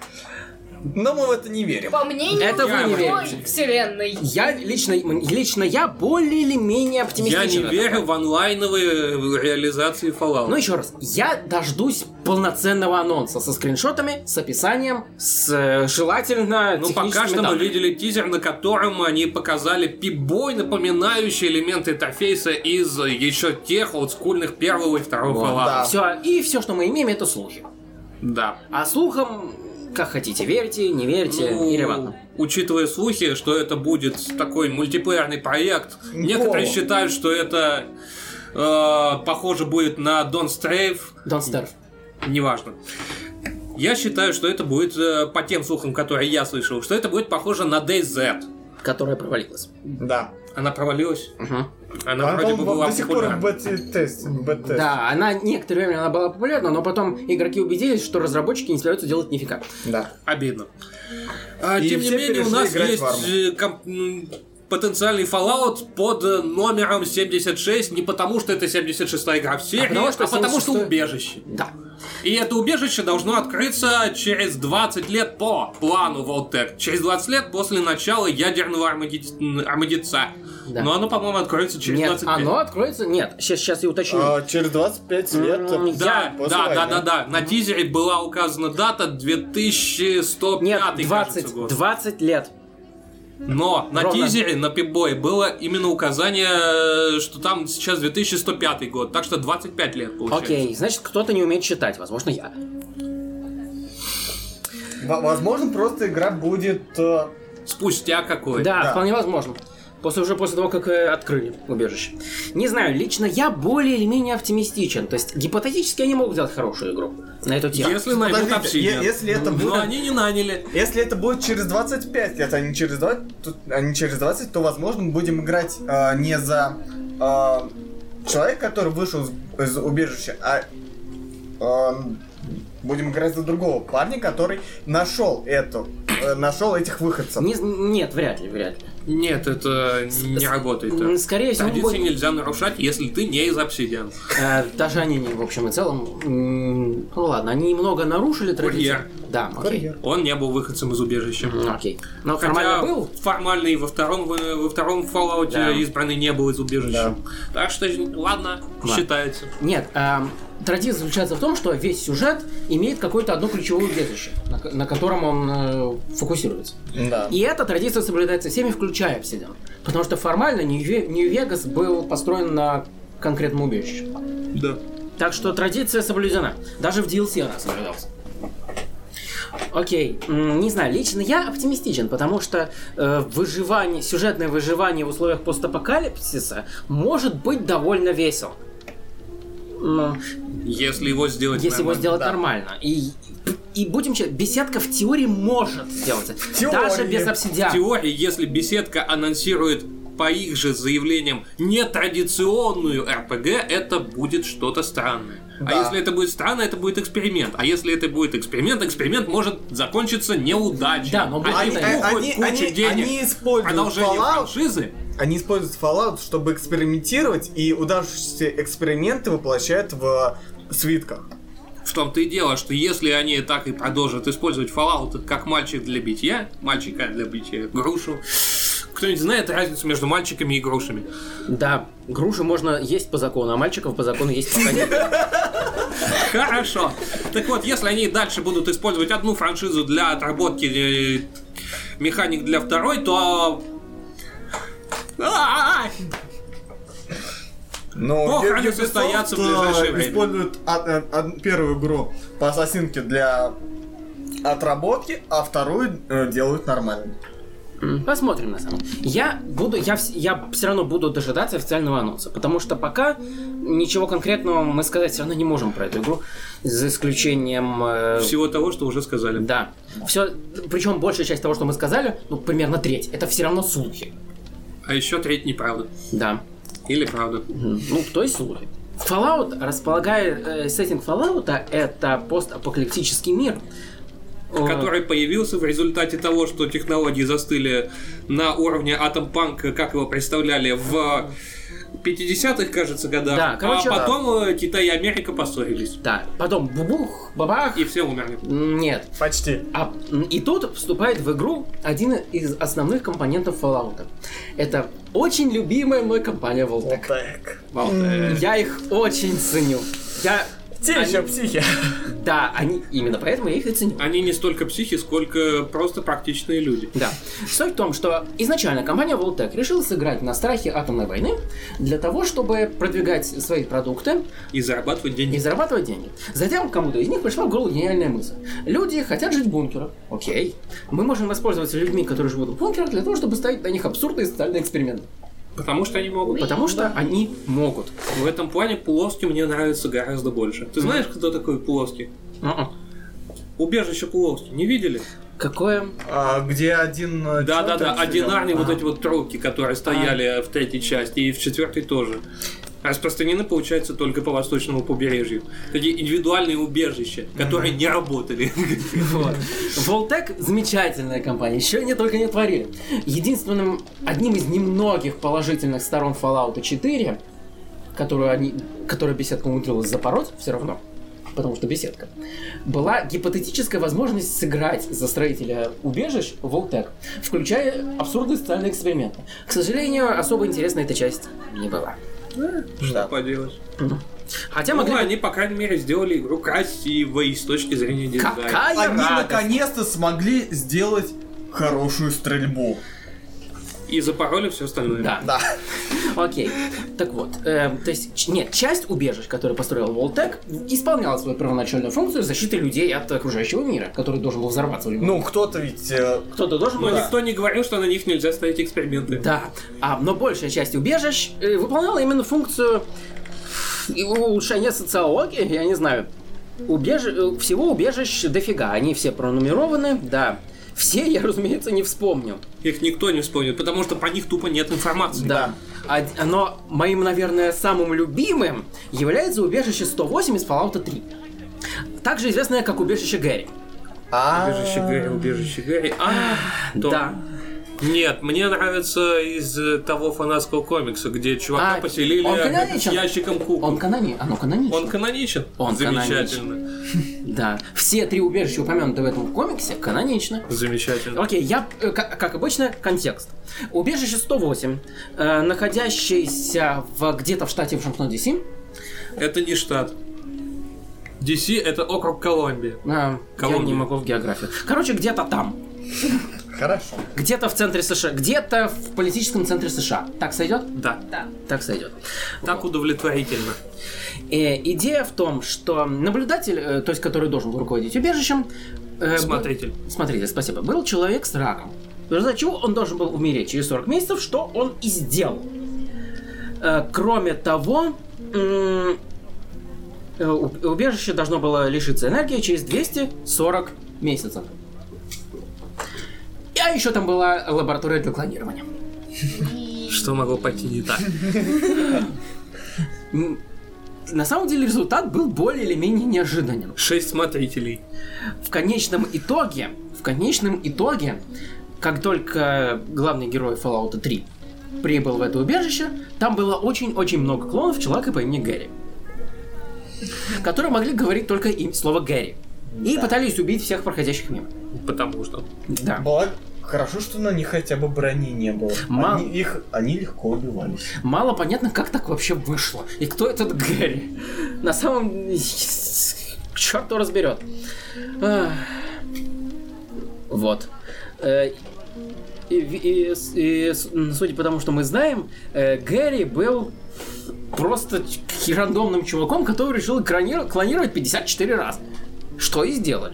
Но мы в это не верим. По мнению Это вы не другой верите. вселенной. или Я лично, м- лично я более или менее Я оптимистичен. не в этом верю в онлайновые э, реализации Fallout. Но еще раз, я дождусь полноценного анонса со скриншотами, с описанием, с э, желательно ну, пока техническими что мы данными. видели тизер, на котором они показали пип-бой, напоминающий элементы интерфейса из еще тех олдскульных первого и второго Fallout. да. Все, и все, что мы имеем, это слухи. Да. А слухам, как хотите, верьте, не верьте, Ну, нерелевантно. Учитывая слухи, что это будет такой мультиплеерный проект, Ну. некоторые считают, что это э, похоже будет на Don't Strafe, Don't starve. неважно. Я считаю, что это будет, э, по тем слухам, которые я слышал, что это будет похоже на DayZ. которая провалилась. Да. Она провалилась. Мгм. Она Она, вроде бы по-моему, была до сих пор популярна. в бета-тесте. бета-тесте. Да, она некоторое время она была популярна, но потом игроки убедились, что разработчики не собираются делать нифига. Да. Обидно. А, И тем не все менее, у перешли нас играть есть в арму. э, комп- м, потенциальный Fallout под э, номером 76 не потому, что это 76-я игра в серии, а потому потому что, что убежище. Да. И это убежище должно открыться через 20 лет по плану Волтек. Через 20 лет после начала ядерного армади- армадица. Да. Но оно, по-моему, откроется через Нет, 25. оно откроется. Нет, сейчас, сейчас я уточню. А, через 25 лет. М, э, Да, после да, да, войны. да, да. На тизере была указана дата 2105 Нет, кажется, 20, год. 20 лет. Но на Ровно. тизере, на пипбое было именно указание, э, что там сейчас 2105 год, так что 25 лет получается. Окей, значит, кто-то не умеет читать, возможно, я. В- Возможно, просто игра будет... э, Спустя какое. Да, Да. вполне возможно. После, уже после того, как э, открыли убежище. Не знаю, лично я более или менее оптимистичен. То есть, гипотетически они могут сделать хорошую игру на эту тему. Если наймут Подождите, Obsidian. е- если это Но будет- Ну, они не наняли. Если это будет через 25 лет, а не через 20, то, а не через 20, то возможно, мы будем играть э, не за э, человека, который вышел из, из убежища, а э, будем играть за другого парня, который нашел эту, э, нашел этих выходцев. Не- нет, вряд ли, вряд ли. Нет, это не с- работает. М, так. Скорее всего, Традиции будет- нельзя нарушать, если ты не из Obsidian. Э, даже они, не, в общем и целом, м, ну ладно, они немного нарушили традиции. Курьер. Да, окей. Курьер. Он не был выходцем из убежища. М, Окей. Но Хотя формально был. формально и во втором, э, во втором Fallout Да. избранный не был из убежища. Так что, Ладно. ладно, считается. Нет, эм, традиция заключается в том, что весь сюжет имеет какое-то одно ключевое убежище, на, ко- на котором он э, фокусируется. Да. И эта традиция соблюдается всеми, включая Obsidian. Потому что формально Нью-Ве- Нью-Вегас был построен на конкретном убежище. Да. Так что традиция соблюдена. Даже в DLC она соблюдалась. Окей, м, не знаю, лично я оптимистичен, потому что э, выживание, сюжетное выживание в условиях постапокалипсиса может быть довольно весело. Ну, Если его сделать если его нормально. сделать да. нормально. И, и будем честны, беседка в теории может сделать это. В теории. Даже без В обсидиана. теории, если беседка анонсирует по их же заявлениям нетрадиционную РПГ, это будет что-то странное. А Да. если это будет странно, это будет эксперимент. А если это будет эксперимент, эксперимент может закончиться неудачей. Да, но они, будет- вбухают Они, кучу они- денег. они используют Продолжение Fallout, франшизы. они используют Fallout, чтобы экспериментировать, и удавшиеся эксперименты воплощают в э, свитках. В том-то и дело, что если они так и продолжат использовать Fallout как мальчик для битья, мальчика для битья, грушу, кто-нибудь знает разницу между мальчиками и грушами? Да, груши можно есть по закону, а мальчиков по закону есть пока нет. Хорошо. Так вот, если они и дальше будут использовать одну франшизу для отработки э, механик для второй, то... А, А-а-а! Но Ох, Ю- они Ubisoft, состоятся в э, ближайшее время. Используют од- э, од- первую игру по ассасинке для отработки, а вторую э, делают нормально. М, Посмотрим на самом. деле. Я буду, я, вс- я все равно буду дожидаться официального анонса, потому что пока ничего конкретного мы сказать все равно не можем про эту игру, за исключением э, а! Всего того, что уже сказали. Да. Все, причем большая часть того, что мы сказали, ну примерно треть, это все равно слухи. А еще треть неправда. Да. Или правда. Ну, кто и слухи. Fallout располагает... э, сеттинг Fallout это постапокалиптический мир. Э, Который появился в результате того, что технологии застыли на уровне атом панка, как его представляли в 50-х, кажется, годах. Да, короче, а потом э, Китай и Америка поссорились. Да, потом бубух, бабах. И все умерли. Нет. Почти. А, м, и тут вступает в игру один из основных компонентов Fallout. Это очень любимая мной компания Voltec. Вот так. Вау. Я их очень ценю. Я... Те они- еще психи. Да, они... Именно поэтому я их и ценю. Они не столько психи, сколько просто практичные люди. Да. Суть в том, что изначально компания Voltec решила сыграть на страхе атомной войны для того, чтобы продвигать свои продукты И зарабатывать деньги. и зарабатывать деньги. Затем кому-то из них пришла в голову гениальная мысль. Люди хотят жить в бункерах. Окей. Мы можем воспользоваться людьми, которые живут в бункерах, для того, чтобы ставить на них абсурдные социальные эксперименты. Потому что они могут. Потому что они могут. В этом плане плоский мне нравится гораздо больше. Ты знаешь, кто такой плоский? Мгм. Убежище плоский. Не видели? Какое? А, где один... э, Да, да, чё да. там А. сидел? Одинарные вот А. эти вот трубки, которые стояли в третьей части и в четвертой тоже. Распространены, получается, только по восточному побережью. Такие индивидуальные убежища, которые не работали. Вот. Voltec замечательная компания, еще они только не творили. Единственным, одним из немногих положительных сторон Fallout 4, которую они, которую беседка умудрилась запороть, все равно, потому что беседка, была гипотетическая возможность сыграть за строителя убежищ Voltec, включая абсурдные социальные эксперименты. К сожалению, особо интересной эта часть не была. Что поделать? Хотя Ну, могли... бы- они, по крайней мере, сделали игру красивой с точки зрения дизайна. Какая Они радость! наконец-то смогли сделать хорошую стрельбу. И запороли все остальное. Да. Да. Окей. Так вот, эм, то есть, ч- нет, часть убежищ, которую построил Волтек, исполняла свою первоначальную функцию защиты людей от окружающего мира, который должен был взорваться. в любой Ну, кто-то ведь... э, момент. кто-то должен Но был... никто не говорил, что на них нельзя ставить эксперименты. Да. А, но большая часть убежищ э, выполняла именно функцию э, и улучшения социологии, я не знаю. Убеж... э, Всего убежищ дофига, они все пронумерованы, да. Все я, разумеется, не вспомню. Их никто не вспомнит, потому что про них тупо нет информации. Да. Од- Но моим, наверное, самым любимым является убежище 108 из Fallout 3. Также известное как убежище Гэри. а, Убежище Гэри, убежище Гэри. А, то- Да. Нет, мне нравится из э, того фанатского комикса, где чувака А, поселили он каноничен? ящиком кукол. Он канони... Оно канонично. Он каноничен. Он Замечательно. Да. Все три убежища, упомянутые в этом комиксе, канонично. Замечательно. Окей, я, э, ка- как, обычно, контекст. Убежище 108, э, находящееся в, где-то в штате Вашингтон, Д.С. Это не штат. DC это округ Колумбия. Э, я Колумбия. не могу в географию. Короче, где-то там. Хорошо. Где-то в центре США. Где-то в политическом центре США. Так сойдет? Да. Да. Так сойдет. Так удовлетворительно. Э, идея в том, что наблюдатель, э, то есть который должен был руководить убежищем, э, Смотритель. был- смотрите, спасибо, был человек с раком. В результате чего он должен был умереть через 40 месяцев, что он и сделал. Э, кроме того, м, э, у- убежище должно было лишиться энергии через 240 месяцев. А еще там была лаборатория для клонирования. Что могло пойти не так? М, На самом деле результат был более или менее неожиданным. Шесть смотрителей. в конечном итоге, в конечном итоге, как только главный герой Fallout 3 прибыл в это убежище, там было очень-очень много клонов человека по имени Гэри, которые могли говорить только им слово Гэри. И пытались убить всех проходящих мимо. Потому что. Да. Благо, хорошо, что на них хотя бы брони не было. Мам. Они, их, они легко убивались. Мало понятно, как так вообще вышло. И кто этот Гэри? На самом... Черт его разберет. Ах. Вот. Э, И, и- и с- м, судя по тому, что мы знаем, э, Гэри был просто ч- рандомным чуваком, который решил клонировать 54 раза. Что и сделали.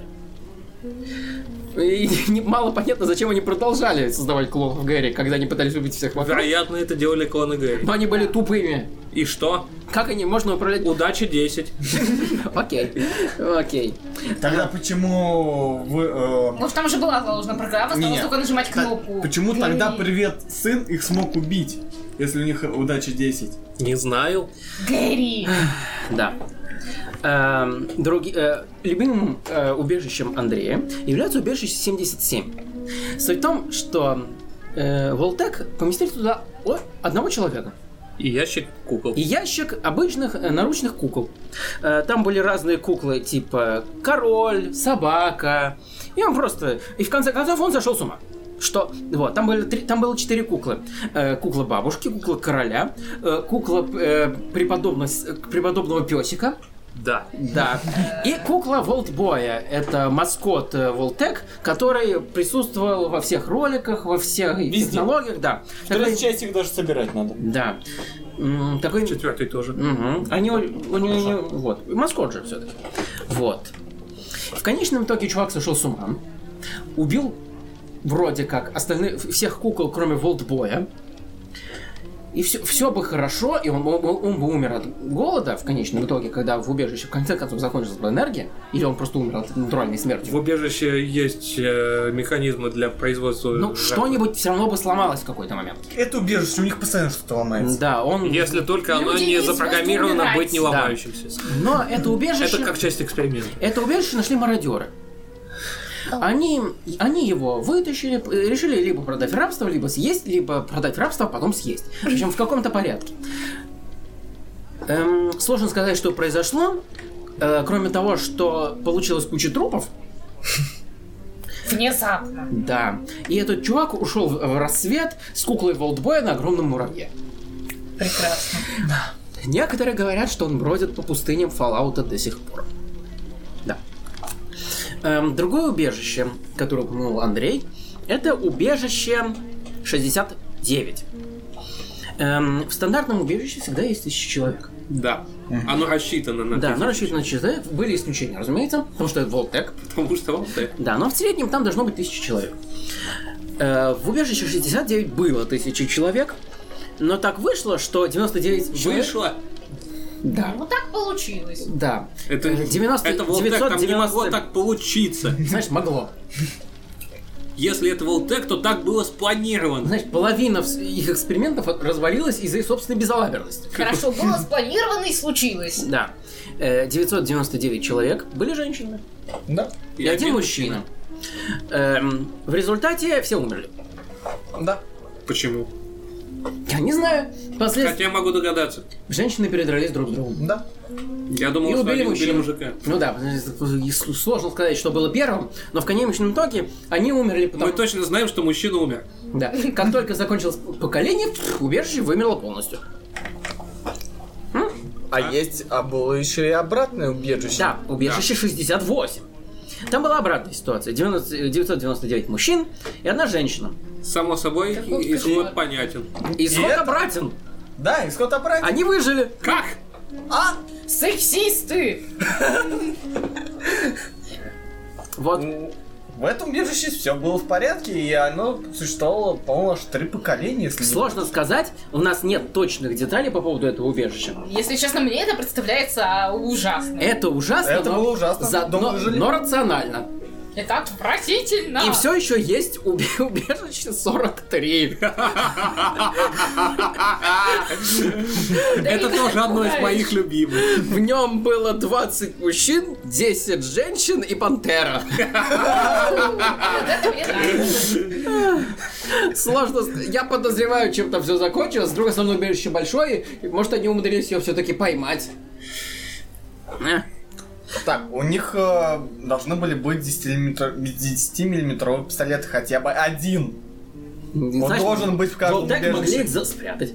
И не- мало понятно, зачем они продолжали создавать клонов Гэри, когда они пытались убить всех вокруг. Вероятно, это делали клоны Гэри. Но они были тупыми. И что? Как они можно управлять... Удачи 10. Окей, окей. Тогда почему вы... э, Может, там же была заложена программа, осталось Не. только нажимать та- кнопку. А почему тогда Гэри. привет сын их смог убить, если у них удача 10? Не знаю. Гэри! Да. Эм, други- э, любимым э, убежищем Андрея является убежище 77. Суть в том, что э, Волтек поместили туда о- одного человека. И ящик кукол. И ящик обычных э, наручных кукол. Э, Там были разные куклы, типа король, собака. И он просто... И в конце концов он сошел с ума. Что? Вот, там, были три- там было четыре куклы. Э, кукла бабушки, кукла короля, э, кукла э, преподобного, с- э, преподобного песика, Да. да. И кукла Волтбоя. Это маскот э, Волтек, который присутствовал во всех роликах, во всех Везде. технологиях, да. Такой- Третью часть их даже собирать надо. Да. М, Такой Четвертый тоже. Мгм. Они, у- у него- вот, маскот же все-таки. Вот. В конечном итоге чувак сошел с ума, убил вроде как остальных всех кукол, кроме Волтбоя. И все, все бы хорошо, и он, бы- он- он бы умер от голода в конечном итоге, когда в убежище в конце концов закончилась бы энергия, или он просто умер от натуральной смерти. В убежище есть э, механизмы для производства. Ну, жертв. что-нибудь все равно бы сломалось в какой-то момент. Это убежище, у них постоянно что-то ломается. Да, он... Если только оно Люди не не запрограммировано смогут быть не умирать. ломающимся. Но это убежище... Это как часть эксперимента. Это убежище нашли мародеры. Они, они его вытащили, п- решили либо продать в рабство, либо съесть, либо продать в рабство, а потом съесть. Причем в каком-то порядке. Эм, сложно сказать, что произошло. Э, кроме того, что получилось куча трупов. Внезапно. Да. И этот чувак ушел в- в рассвет с куклой Волтбоя на огромном муравье. Прекрасно. Некоторые говорят, что он бродит по пустыням Фоллаута до сих пор. Да. Эм, другое убежище, которое упомянул Андрей, это убежище 69. Эм, в стандартном убежище всегда есть тысяча человек. Да. Оно рассчитано на Да, тысячу. но рассчитано на человек. Были исключения, разумеется, потому что это Волтек. Потому что вот так. Да, но в среднем там должно быть тысяча человек. Э, в убежище 69 было тысяча человек, но так вышло, что 99 человек- Вышло. Да. Ну так получилось. Да. Это, 90 это вот так, там не 990 могло так получиться. Знаешь, могло. Если это Волтек, то так было спланировано. Знаешь, половина вс- их экспериментов от- развалилась из-за их собственной безалаберности. Хорошо, было спланировано и случилось. Да. Э, 999 человек были женщины. Да. И, один мужчина. Эм, в результате все умерли. Да. Почему? Я не знаю. Последствия. Хотя я могу догадаться. Женщины передрались друг с другом. Да. Я думал, И что убили они убили мужчину. мужика. Ну да, потому что сложно сказать, что было первым, но в конечном итоге они умерли, потому Мы точно знаем, что мужчина умер. Да. Как только закончилось поколение, убежище вымерло полностью. А, есть, а было еще и обратное убежище. Да, убежище 68. Там была обратная ситуация. э, 90 999 мужчин и одна женщина. Само собой, Как он исход сказал. понятен. А Исход это- обратен. Да, исход обратный. Они выжили. Как? А? Сексисты! Вот. Ну, В этом убежище все было в порядке, и оно существовало, по-моему, аж три поколения, если не- Сложно сказать, у нас нет точных деталей по поводу этого убежища. Если честно, мне это представляется ужасно. Это ужасно, Это но, было ужасно. за- Дом но- выжили. но рационально. Это отвратительно! И все еще есть убе- убежище 43. Да Это и тоже одно из какое? моих любимых. В нем было 20 мужчин, 10 женщин и пантера. Вот это мне нравится. Сложно. с- Я подозреваю, чем там все закончилось. С другой стороны, убежище большое. и, Может, они умудрились ее все-таки поймать. Э, Так, у них э, должны были быть 10-миллиметровые пистолеты, хотя бы один. не Он знаешь, должен быть в каждом Волтек могли убежище. их за- спрятать.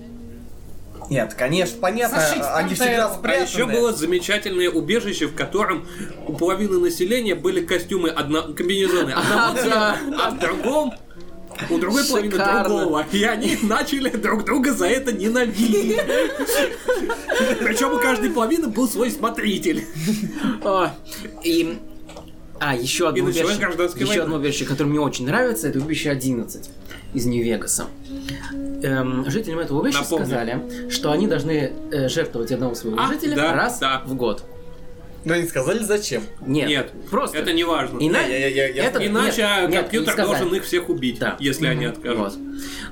Нет, конечно, понятно, Зашить они там всегда тел. А спрятаны. Еще было замечательное убежище, в котором у половины населения были костюмы, одно... комбинезоны одного Да. цвета, а в другом у другой половины Шикарно. другого. И они начали друг друга за это ненавидеть. Причем у каждой половины был свой смотритель. О, А, И А, еще одно И началась убежище. гражданская Еще война. одно убежище, которое мне очень нравится, это убежище 11 из Нью-Вегаса. Эм, жителям этого убежища Напомню. сказали, что они должны э, жертвовать одного своего А, жителя да, раз да. в год. Но не Ну, сказали зачем. Нет, Нет, просто. Это не важно. Ина- Я- я- я- я- это- нет, Иначе нет, не компьютер сказали. должен их всех убить, Да. если они откажутся.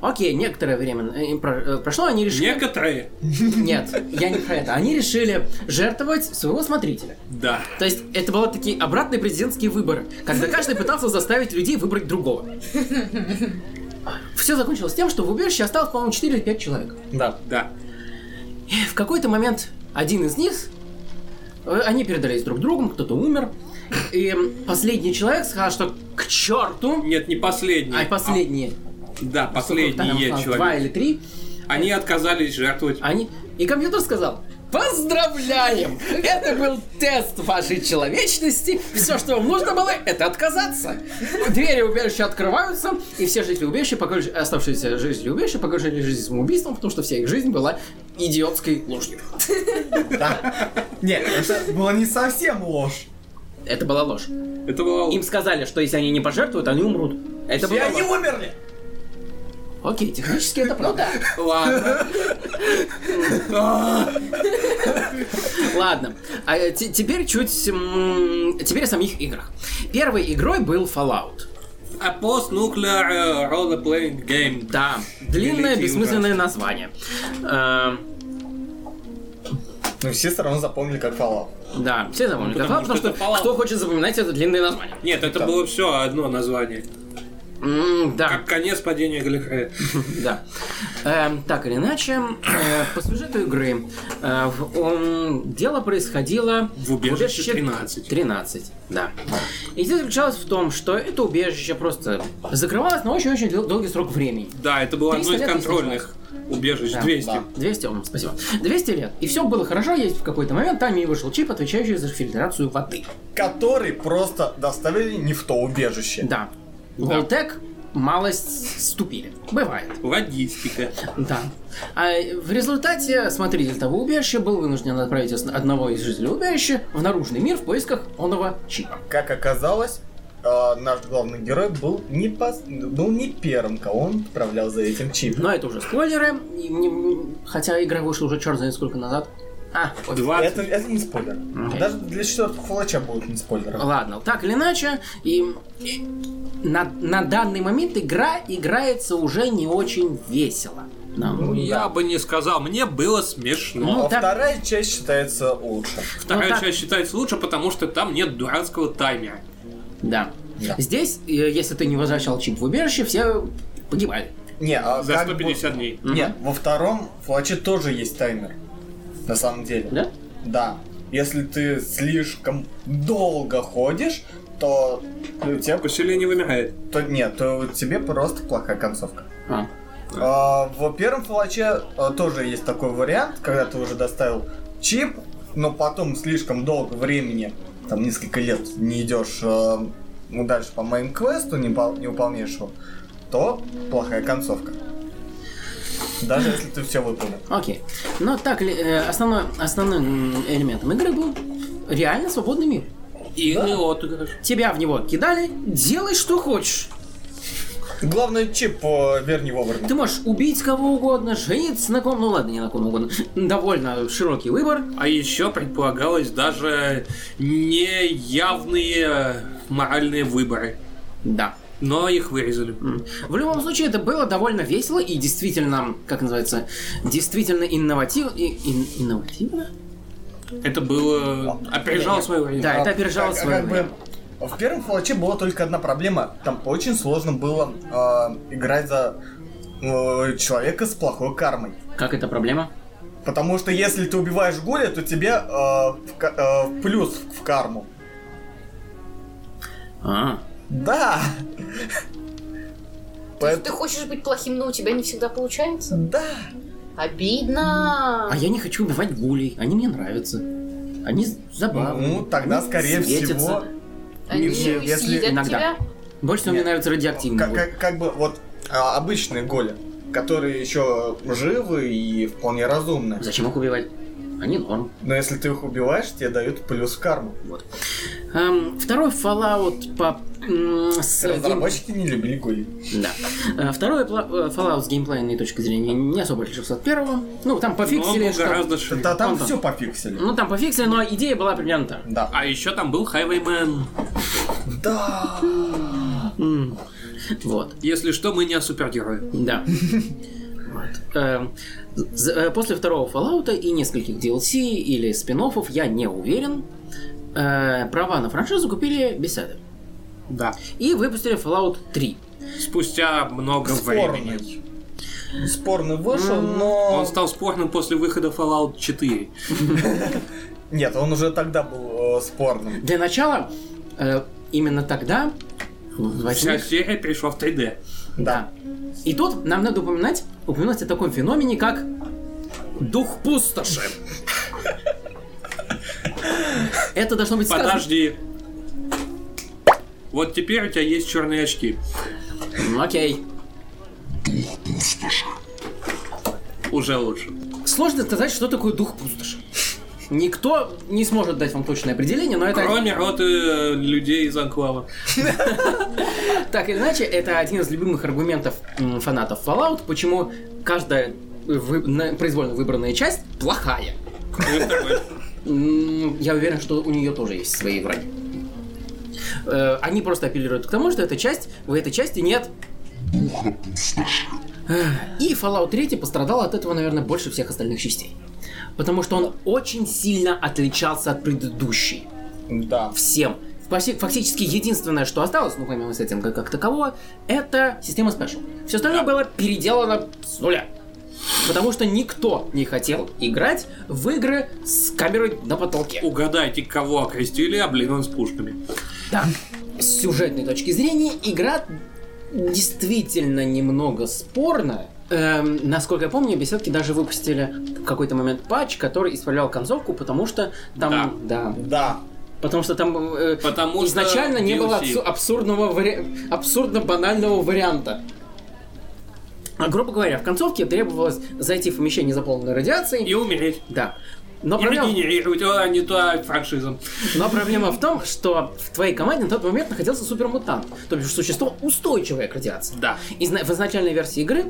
Вот. Окей, некоторое время э, про- э, прошло, они решили... Некоторые, Нет, я не про это. Они решили жертвовать своего смотрителя. да. То есть это были такие обратные президентские выборы, когда каждый пытался заставить людей выбрать другого. Все закончилось тем, что в убежище осталось, по-моему, 4 или 5 человек. Да. Да. И в какой-то момент один из них, э, они передались друг другу, кто-то умер, и последний человек сказал, что к черту, Нет, не последний. а последние, Да, сколько последние там осталось, два человек. или три, Они отказались жертвовать. Они... И компьютер сказал, поздравляем! Это был тест вашей человечности. Все, что вам нужно было, это отказаться. Двери убежища открываются, и все жители убежища, погруж- оставшиеся жители убежища, погружены в жизнь самоубийством, потому что вся их жизнь была идиотской ложью. Нет, это была не совсем ложь. Это была ложь. Это было... Им сказали, что если они не пожертвуют, они умрут. Это И была они ложь. умерли. Окей, технически это Ну правда. да. Ладно. А, Ладно, а э, те- теперь чуть... м, Теперь о самих играх. Первой игрой был Fallout. A post-nuclear А э, role-playing game. Да, длинное, Великий бессмысленное название. Эм, Ну все все равно запомнили, как Fallout. Да, все довольны. потому Потому, потому что, что это Fallout. кто хочет запоминать это длинное название? Нет, это было все одно название. М, да, Как конец падения Галихрея. да. Эм, так или иначе, э, по сюжету игры э, в- он- дело происходило В убежище 13. 13, да. И здесь заключалось в том, что это убежище просто закрывалось на очень-очень дол- долгий срок времени. Да, это было одно 300 из лет, если контрольных убежищ. Да, 200. да. 200, ом, спасибо. 200 лет. И все было хорошо, есть в какой-то момент Тами вышел чип, отвечающий за фильтрацию воды. Который просто доставили не в то убежище. Да. Волтек малость ступили. Бывает. Логистика. Да. А в результате смотритель того убежища был вынужден отправить ос- одного из жителей убежища в наружный мир в поисках оного чипа. Как оказалось, э, наш главный герой был не, пос- был не первым, кого он отправлял за этим чипом. Но это уже спойлеры, и не- хотя игра вышла уже черт знает сколько назад. А, пофиг. Это, 20. это не спойлер. Окей. Даже для четвертого флача будет не спойлер. Ладно, так или иначе, и, и на, на данный момент игра играется уже не очень весело. Ну, Я да. бы не сказал, мне было смешно. Ну, А так- вторая часть считается лучше. Вторая так- часть считается лучше, потому что там нет дурацкого таймера. Да. Да. Здесь, э, если ты не возвращал чип в убежище, все погибали. Не, а За как бы- 150 дней. Не, во втором флаче тоже есть таймер. На самом деле. Да? Да. Если ты слишком долго ходишь, то у тебя Поселение вымирает. то, нет, то тебе просто плохая концовка. А. А, в первом флаче а, тоже есть такой вариант, когда ты уже доставил чип, но потом слишком долго времени, там несколько лет не идешь а, ну, дальше по моим квесту, не, пол- не выполняешь его, то плохая концовка. Даже если ты все выполнил. Окей. Но так ли, э, основной, основным м, элементом игры был реально свободный мир. И не отыгрыш. Тебя в него кидали, делай что хочешь. Главное, чип э, верни вовремя. Ты можешь убить кого угодно, жениться на ком, ну ладно, не на ком угодно. Довольно широкий выбор. А еще предполагалось даже неявные моральные выборы. Да. Но их вырезали. М. В любом случае, это было довольно весело и действительно, как называется, действительно инновативно. инновативно? Это было... Опережало свое время. Да, это А, опережало как- свое как время. бы В первом флаче была только одна проблема. Там очень сложно было э, играть за э, человека с плохой кармой. Как это проблема? Потому что если ты убиваешь Гуля, то тебе э, в ка- э, в плюс в карму. А, Да. Ты Поэтому... хочешь быть плохим, но у тебя не всегда получается. Да. а Обидно. я не хочу убивать гулей, они мне нравятся. Они забавные. Ну, тогда, они скорее светятся. всего, Они все, если съедят иногда. тебя. Больше всего мне Нет. нравится радиоактивный как, гуль. как- как бы вот а, обычные Гули, которые еще живы и вполне разумны. Зачем их убивать? Они норм. Но если ты их убиваешь, тебе дают плюс карму. Вот. Эм, второй Fallout по... м, с Разработчики не любили гули. Да. Э, Второй пла- э, Fallout с геймплейной точки зрения не особо отличился от первого. Ну, там Но пофиксили, он был что... гораздо шире. Да там Антон. все пофиксили. Ну, там пофиксили, но идея была примерно та. Да. А еще там был Highwayman. Да. М, Вот, Если что, мы не о супергероях. да. Вот. Эм, з- э, После второго Fallout и нескольких DLC или спин я не уверен, э, права на франшизу купили беседы. Да. И выпустили Fallout 3. Спустя много времени. Спорный. Спорный вышел, М, но... Он стал спорным после выхода Fallout 4. Нет, он уже тогда был э, спорным. Для начала, э, именно тогда... в Вся восьмых- серия перешла в 3D. Да. И тут нам надо упоминать, упомянуть о таком феномене, как дух пустоши. Это должно быть сказано. Подожди. Вот теперь у тебя есть черные очки. М, Окей. Уже лучше. Сложно сказать, что такое дух пустоши. Никто не сможет дать вам точное определение, но это Кроме роты э, людей из Анклава. так или иначе, это один из любимых аргументов м, фанатов Fallout, почему каждая э, вы- на- произвольно выбранная часть плохая. Ну, и такой, М, Я уверен, что у нее тоже есть свои враги. Э, Они просто апеллируют к тому, что эта часть, в этой части нет. Эх, И Fallout 3 пострадал от этого, наверное, больше всех остальных частей. Потому что он очень сильно отличался от предыдущей. Да. Всем. Фаси- Фактически единственное, что осталось, ну помимо с этим как, как такового, это система спешл. Все остальное было переделано с нуля. Потому что никто не хотел играть в игры с камерой на потолке. Угадайте, кого окрестили, а блин, он с пушками. Так, с сюжетной точки зрения, игра действительно немного спорная. Эм, насколько я помню, беседки даже выпустили в какой-то момент патч, который исправлял концовку, потому что там. Да. Да. потому что там. э, Потому что изначально не было DLC. абсу- абсурдного вари- абсурдно банального варианта. А, грубо говоря, в концовке требовалось зайти в помещение заполненное радиацией. И умереть. Да. Но И проблема- регенерировать, а не то франшиза. но проблема в том, что в твоей команде на тот момент находился супермутант, то бишь существо устойчивое к радиации. Да. Изна- в изначальной версии игры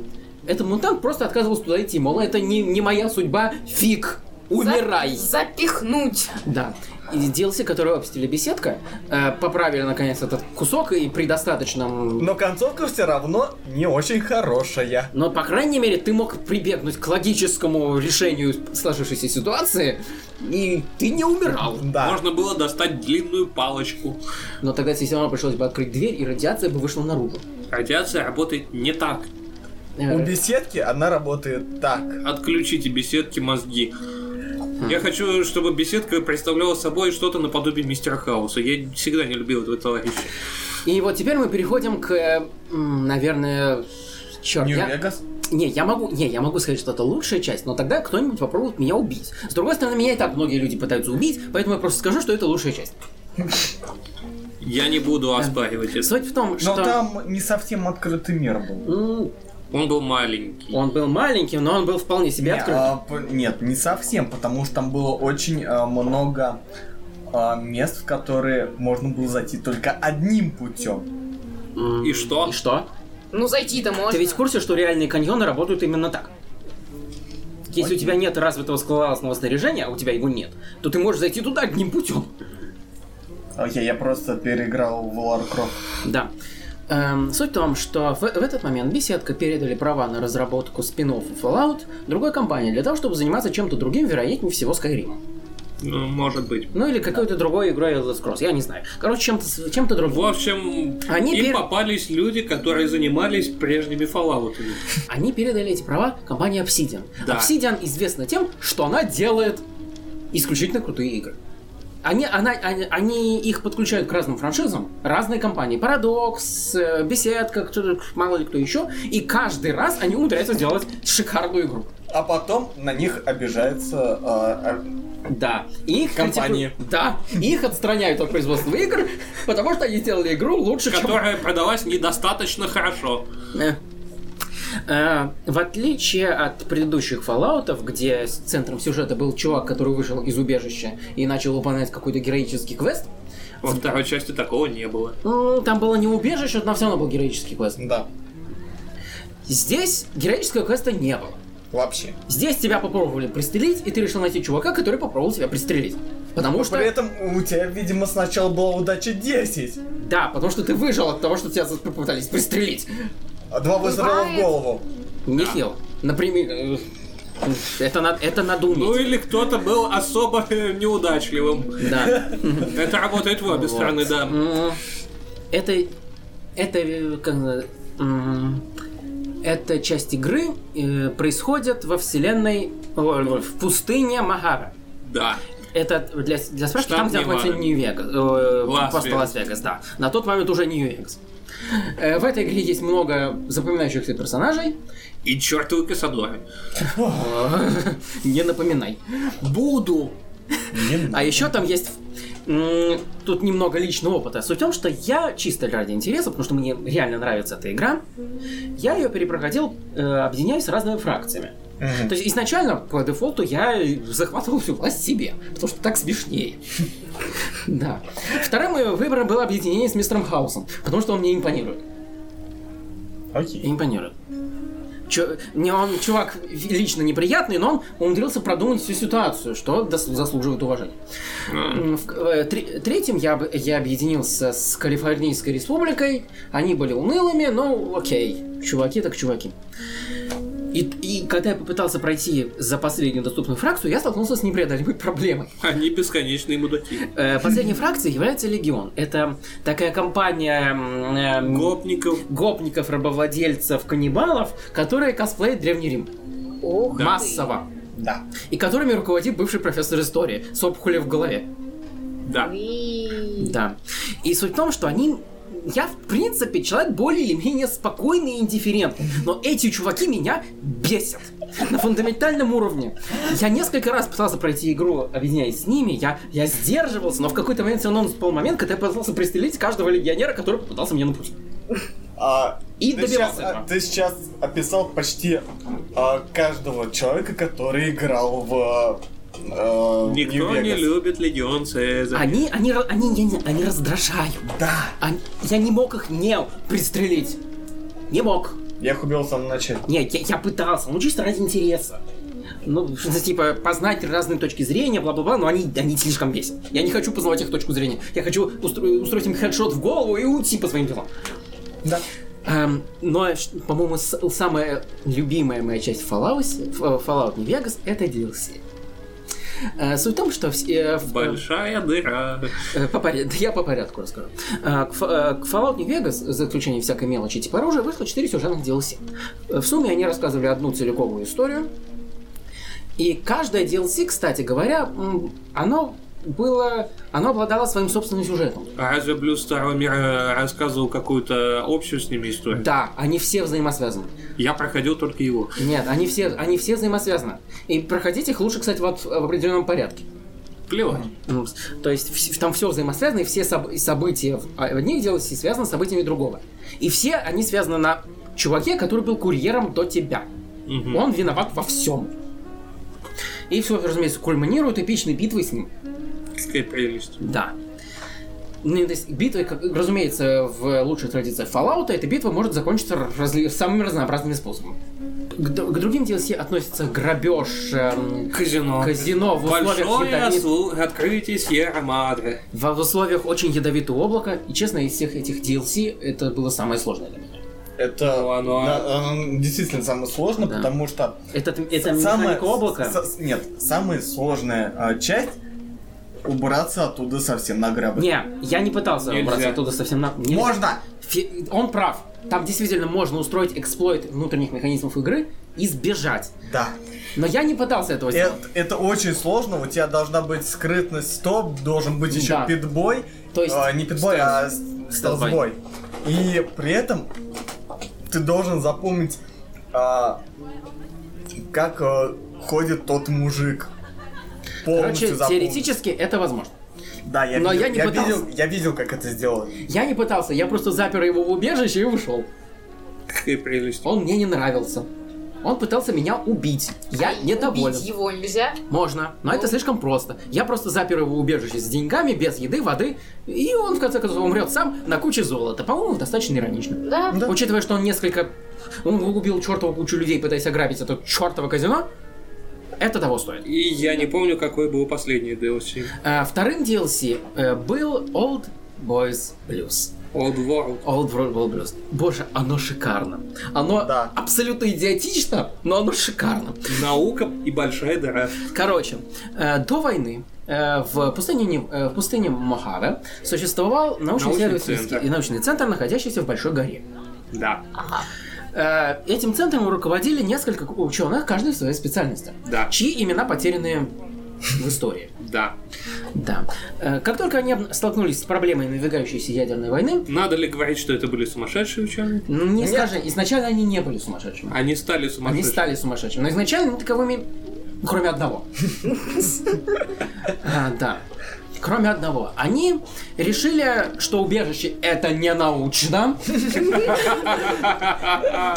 этот мутант просто отказывался туда идти, мол, это не, не моя судьба, фиг, умирай. За- Запихнуть. Да. И DLC, который выпустили беседка, э, поправили наконец этот кусок и при достаточном... Но концовка все равно не очень хорошая. Но, по крайней мере, ты мог прибегнуть к логическому решению сложившейся ситуации, и ты не умирал. Да. Можно было достать длинную палочку. Но тогда тебе все равно пришлось бы открыть дверь, и радиация бы вышла наружу. Радиация работает не так. Э, У беседки она работает так. Отключите беседки мозги. Я хочу, чтобы беседка представляла собой что-то наподобие мистера Хауса. Я всегда не любил этого товарища. И вот теперь мы переходим к, э, м, наверное, черт, я... Нью-Вегас? Не, я могу, не, я могу сказать, что это лучшая часть, но тогда кто-нибудь попробует меня убить. С другой стороны, меня и так многие люди пытаются убить, поэтому я просто скажу, что это лучшая часть. Я не буду оспаривать это. Суть в том, Но что там не совсем открытый мир был. м, Он был маленький. он был маленьким, но он был вполне себе Не, открыт. а, п- нет, не совсем, потому что там было очень а, много а, мест, в которые можно было зайти только одним путем. М, И что? И что? Ну зайти-то можно. Ты ведь в курсе, что реальные каньоны работают именно так? Если у тебя нет развитого скалолазного снаряжения, а у тебя его нет, то ты можешь зайти туда одним путем. Окей, я просто переиграл в Warcraft. Да. Эм, суть в том, что в, в этот момент беседка передали права на разработку спин Fallout другой компании для того, чтобы заниматься чем-то другим, вероятнее всего Skyrim. Ну, может быть. Ну или какой-то другой игрой Elder Scrolls, я не знаю. Короче, чем-то с- чем-то другим. В общем, Они им пер- попались люди, которые занимались прежними фоллаутами. Они передали эти права компании Obsidian. Да. Obsidian известна тем, что она делает исключительно крутые игры. Они, она, они, они их подключают к разным франшизам, разные компании. Парадокс, э, беседка, кто, мало ли кто еще. И каждый раз они умудряются сделать шикарную игру. А потом на них обижается... а, а, Да. И Их Компании. критикуют- Да. И Их отстраняют от производства игр, потому что они сделали игру лучше, чем... Которая продалась недостаточно хорошо. Э. Э, В отличие от предыдущих фоллаутов, где с- центром сюжета был чувак, который вышел из убежища и начал выполнять какой-то героический квест, Во второй части такого не было. ну, там было не убежище, но все равно был героический квест. э, Да, Здесь героического квеста не было. вообще. Здесь тебя попробовали пристрелить, и ты решил найти чувака, который попробовал тебя пристрелить. Потому что... При этом у тебя, видимо, сначала была удача 10. Да, потому что ты выжил от того, что тебя за- попытались пристрелить. а Два выстрела в Бывает. голову. Нехило. Например... э, Это, на- это надо уметь. Ну или кто-то был особо э, неудачливым. Да. Это работает в обе Вот. стороны, да. М, Это... Это... э, Как... назва- м, Эта часть игры э, происходит во вселенной... о, В пустыне Махара. Да. Это для, для справки, Штат там, где Невада. находится Нью-Вегас. э, Лас-Вегас. Просто Лас-Вегас, да. На тот момент уже Нью-Вегас. Э, В этой игре есть много запоминающихся персонажей. И чертовы Касадоры. Не напоминай. Буду. А еще там есть... м, Тут немного личного опыта. Суть в том, что я чисто ради интереса, потому что мне реально нравится эта игра, я ее перепроходил, э, объединяясь с разными фракциями. Мгм. То есть изначально по дефолту я захватывал всю власть себе, потому что так смешнее. Да. Вторым моим выбором было объединение с мистером Хаусом, потому что он мне импонирует. Окей. Импонирует. Чё- не, он чувак лично неприятный, но он умудрился продумать всю ситуацию, что дос- заслуживает уважения. М, в- э, тре- третьим я, об- я объединился с Калифорнийской республикой. Они были унылыми, но окей. Чуваки так чуваки. И, и когда я попытался пройти за последнюю доступную фракцию, я столкнулся с непреодолимой проблемой. Они бесконечные мудаки. Э, Последней фракцией является Легион. Это такая компания м, эм, Гопников. гопников, рабовладельцев, каннибалов, которые косплеят Древний Рим. Ох ты. Массово. Да. И которыми руководит бывший профессор истории с опухолью в голове. Да. Блин. Да. И суть в том, что они... Я, в принципе, человек более или менее спокойный и индифферентный, но эти чуваки меня бесят на фундаментальном уровне. Я несколько раз пытался пройти игру, объединяясь с ними, я, я сдерживался, но в какой-то момент все равно наступал момент, когда я пытался пристрелить каждого легионера, который попытался мне напутить. А, И ты, добивался сейчас, этого. ты сейчас описал почти а, каждого человека, который играл в а, Никто не Нью-Вегас. любит Легион Цезарь. Они, они, ра- они, я не- они раздражают. Да, Они- А я не мог их не пристрелить. Не мог. я их убил в самом начале. Нет, я, я пытался, ну чисто ради интереса. Ну, что-то типа, познать разные точки зрения, бла-бла-бла, но они, они слишком бесят. Я не хочу познавать их точку зрения. Я хочу устро- устроить им хедшот в голову и уйти по своим делам. Да. Эм, но, ш- по-моему, с- самая любимая моя часть в Fallout, в- э, Fallout New Vegas — это DLC. Э, суть в том, что... все- э, в- Большая дыра. Э, По поря- да я по порядку расскажу. А, К, фа- э, к Fallout New Vegas, за исключением всякой мелочи типа оружия, вышло 4 сюжетных DLC. Э, В сумме они рассказывали одну целиковую историю. И каждая DLC, кстати говоря, м, оно было... Оно обладало своим собственным сюжетом. А Разве Блюз Старого Мира рассказывал какую-то общую с ними историю? Да, они все взаимосвязаны. Я проходил только его. Нет, они все, они все взаимосвязаны. И проходить их лучше, кстати, вот в в определенном порядке. Плевать. Ну, с- То есть вс- там все взаимосвязано, и все соб- и события в а, в одних делах связаны с событиями другого. И все они связаны на чуваке, который был курьером до тебя. Мгм. Он виноват во всем. И все, разумеется, кульминирует эпичной битвой с ним. Какая прелесть. Да. Ну, и то есть битва, как, разумеется, в лучших традициях Fallout, эта битва может закончиться разли- самыми разнообразными способами. К, д- к другим DLC относятся грабеж, эм, Казино. казино в условиях Большое ядовит- слу- открытие Сьерра Мадре. В в условиях очень ядовитого облака, и честно, из всех этих DLC это было самое сложное для меня. Это Ну, оно- да, оно действительно самое сложное, Да. потому что Это, это самое механика облака. с- с- нет, самая сложная а, часть убраться оттуда совсем на грабли. Не, я не пытался Нельзя. убраться оттуда совсем на... Нельзя. Можно. Фе- Он прав. Там действительно можно устроить эксплойт внутренних механизмов игры и сбежать. Да. Но я не пытался этого Это, сделать. это очень сложно. У тебя должна быть скрытность стоп, должен быть еще Да. питбой. То есть- А, не питбой, а с- стелсбой. И при этом ты должен запомнить, а, как а, ходит тот мужик. Полностью Короче, запомнить. теоретически это возможно. Да, я, но видел, я не пытался. видел, я видел, как это сделали. Я не пытался, я просто запер его в убежище и ушел. Какая прелесть. Он мне не нравился. Он пытался меня убить. Я недоволен. Убить его нельзя. Можно, но это слишком просто. Я просто запер его в убежище с деньгами, без еды, воды, и он в конце концов умрет сам на куче золота. По-моему, достаточно иронично. Да. Да. Учитывая, что он несколько... Он убил чертову кучу людей, пытаясь ограбить это чертово казино, это того стоит. И я не помню, какой был последний DLC. А, вторым DLC э, был Old Boys Blues. Old World. Old World World Blues. Боже, оно шикарно. Оно Да. абсолютно идиотично, но оно шикарно. Наука и большая дыра. Короче, э, до войны э, в пустыне, Ним- э, в пустыне Мохаве существовал научно-исследовательский центр. и научный центр, находящийся в Большой горе. Да, Э, Этим центром руководили несколько ученых, каждый в своей специальности, да, чьи имена потеряны в истории. да. Да. Э, Как только они обна- столкнулись с проблемой надвигающейся ядерной войны, Надо ли говорить, что это были сумасшедшие ученые? не скажи, изначально они не были сумасшедшими. Они стали Они сумасшедшими. стали сумасшедшими. Но изначально таковыми, кроме одного. А, Да. Кроме одного. Они решили, что убежище это не научно.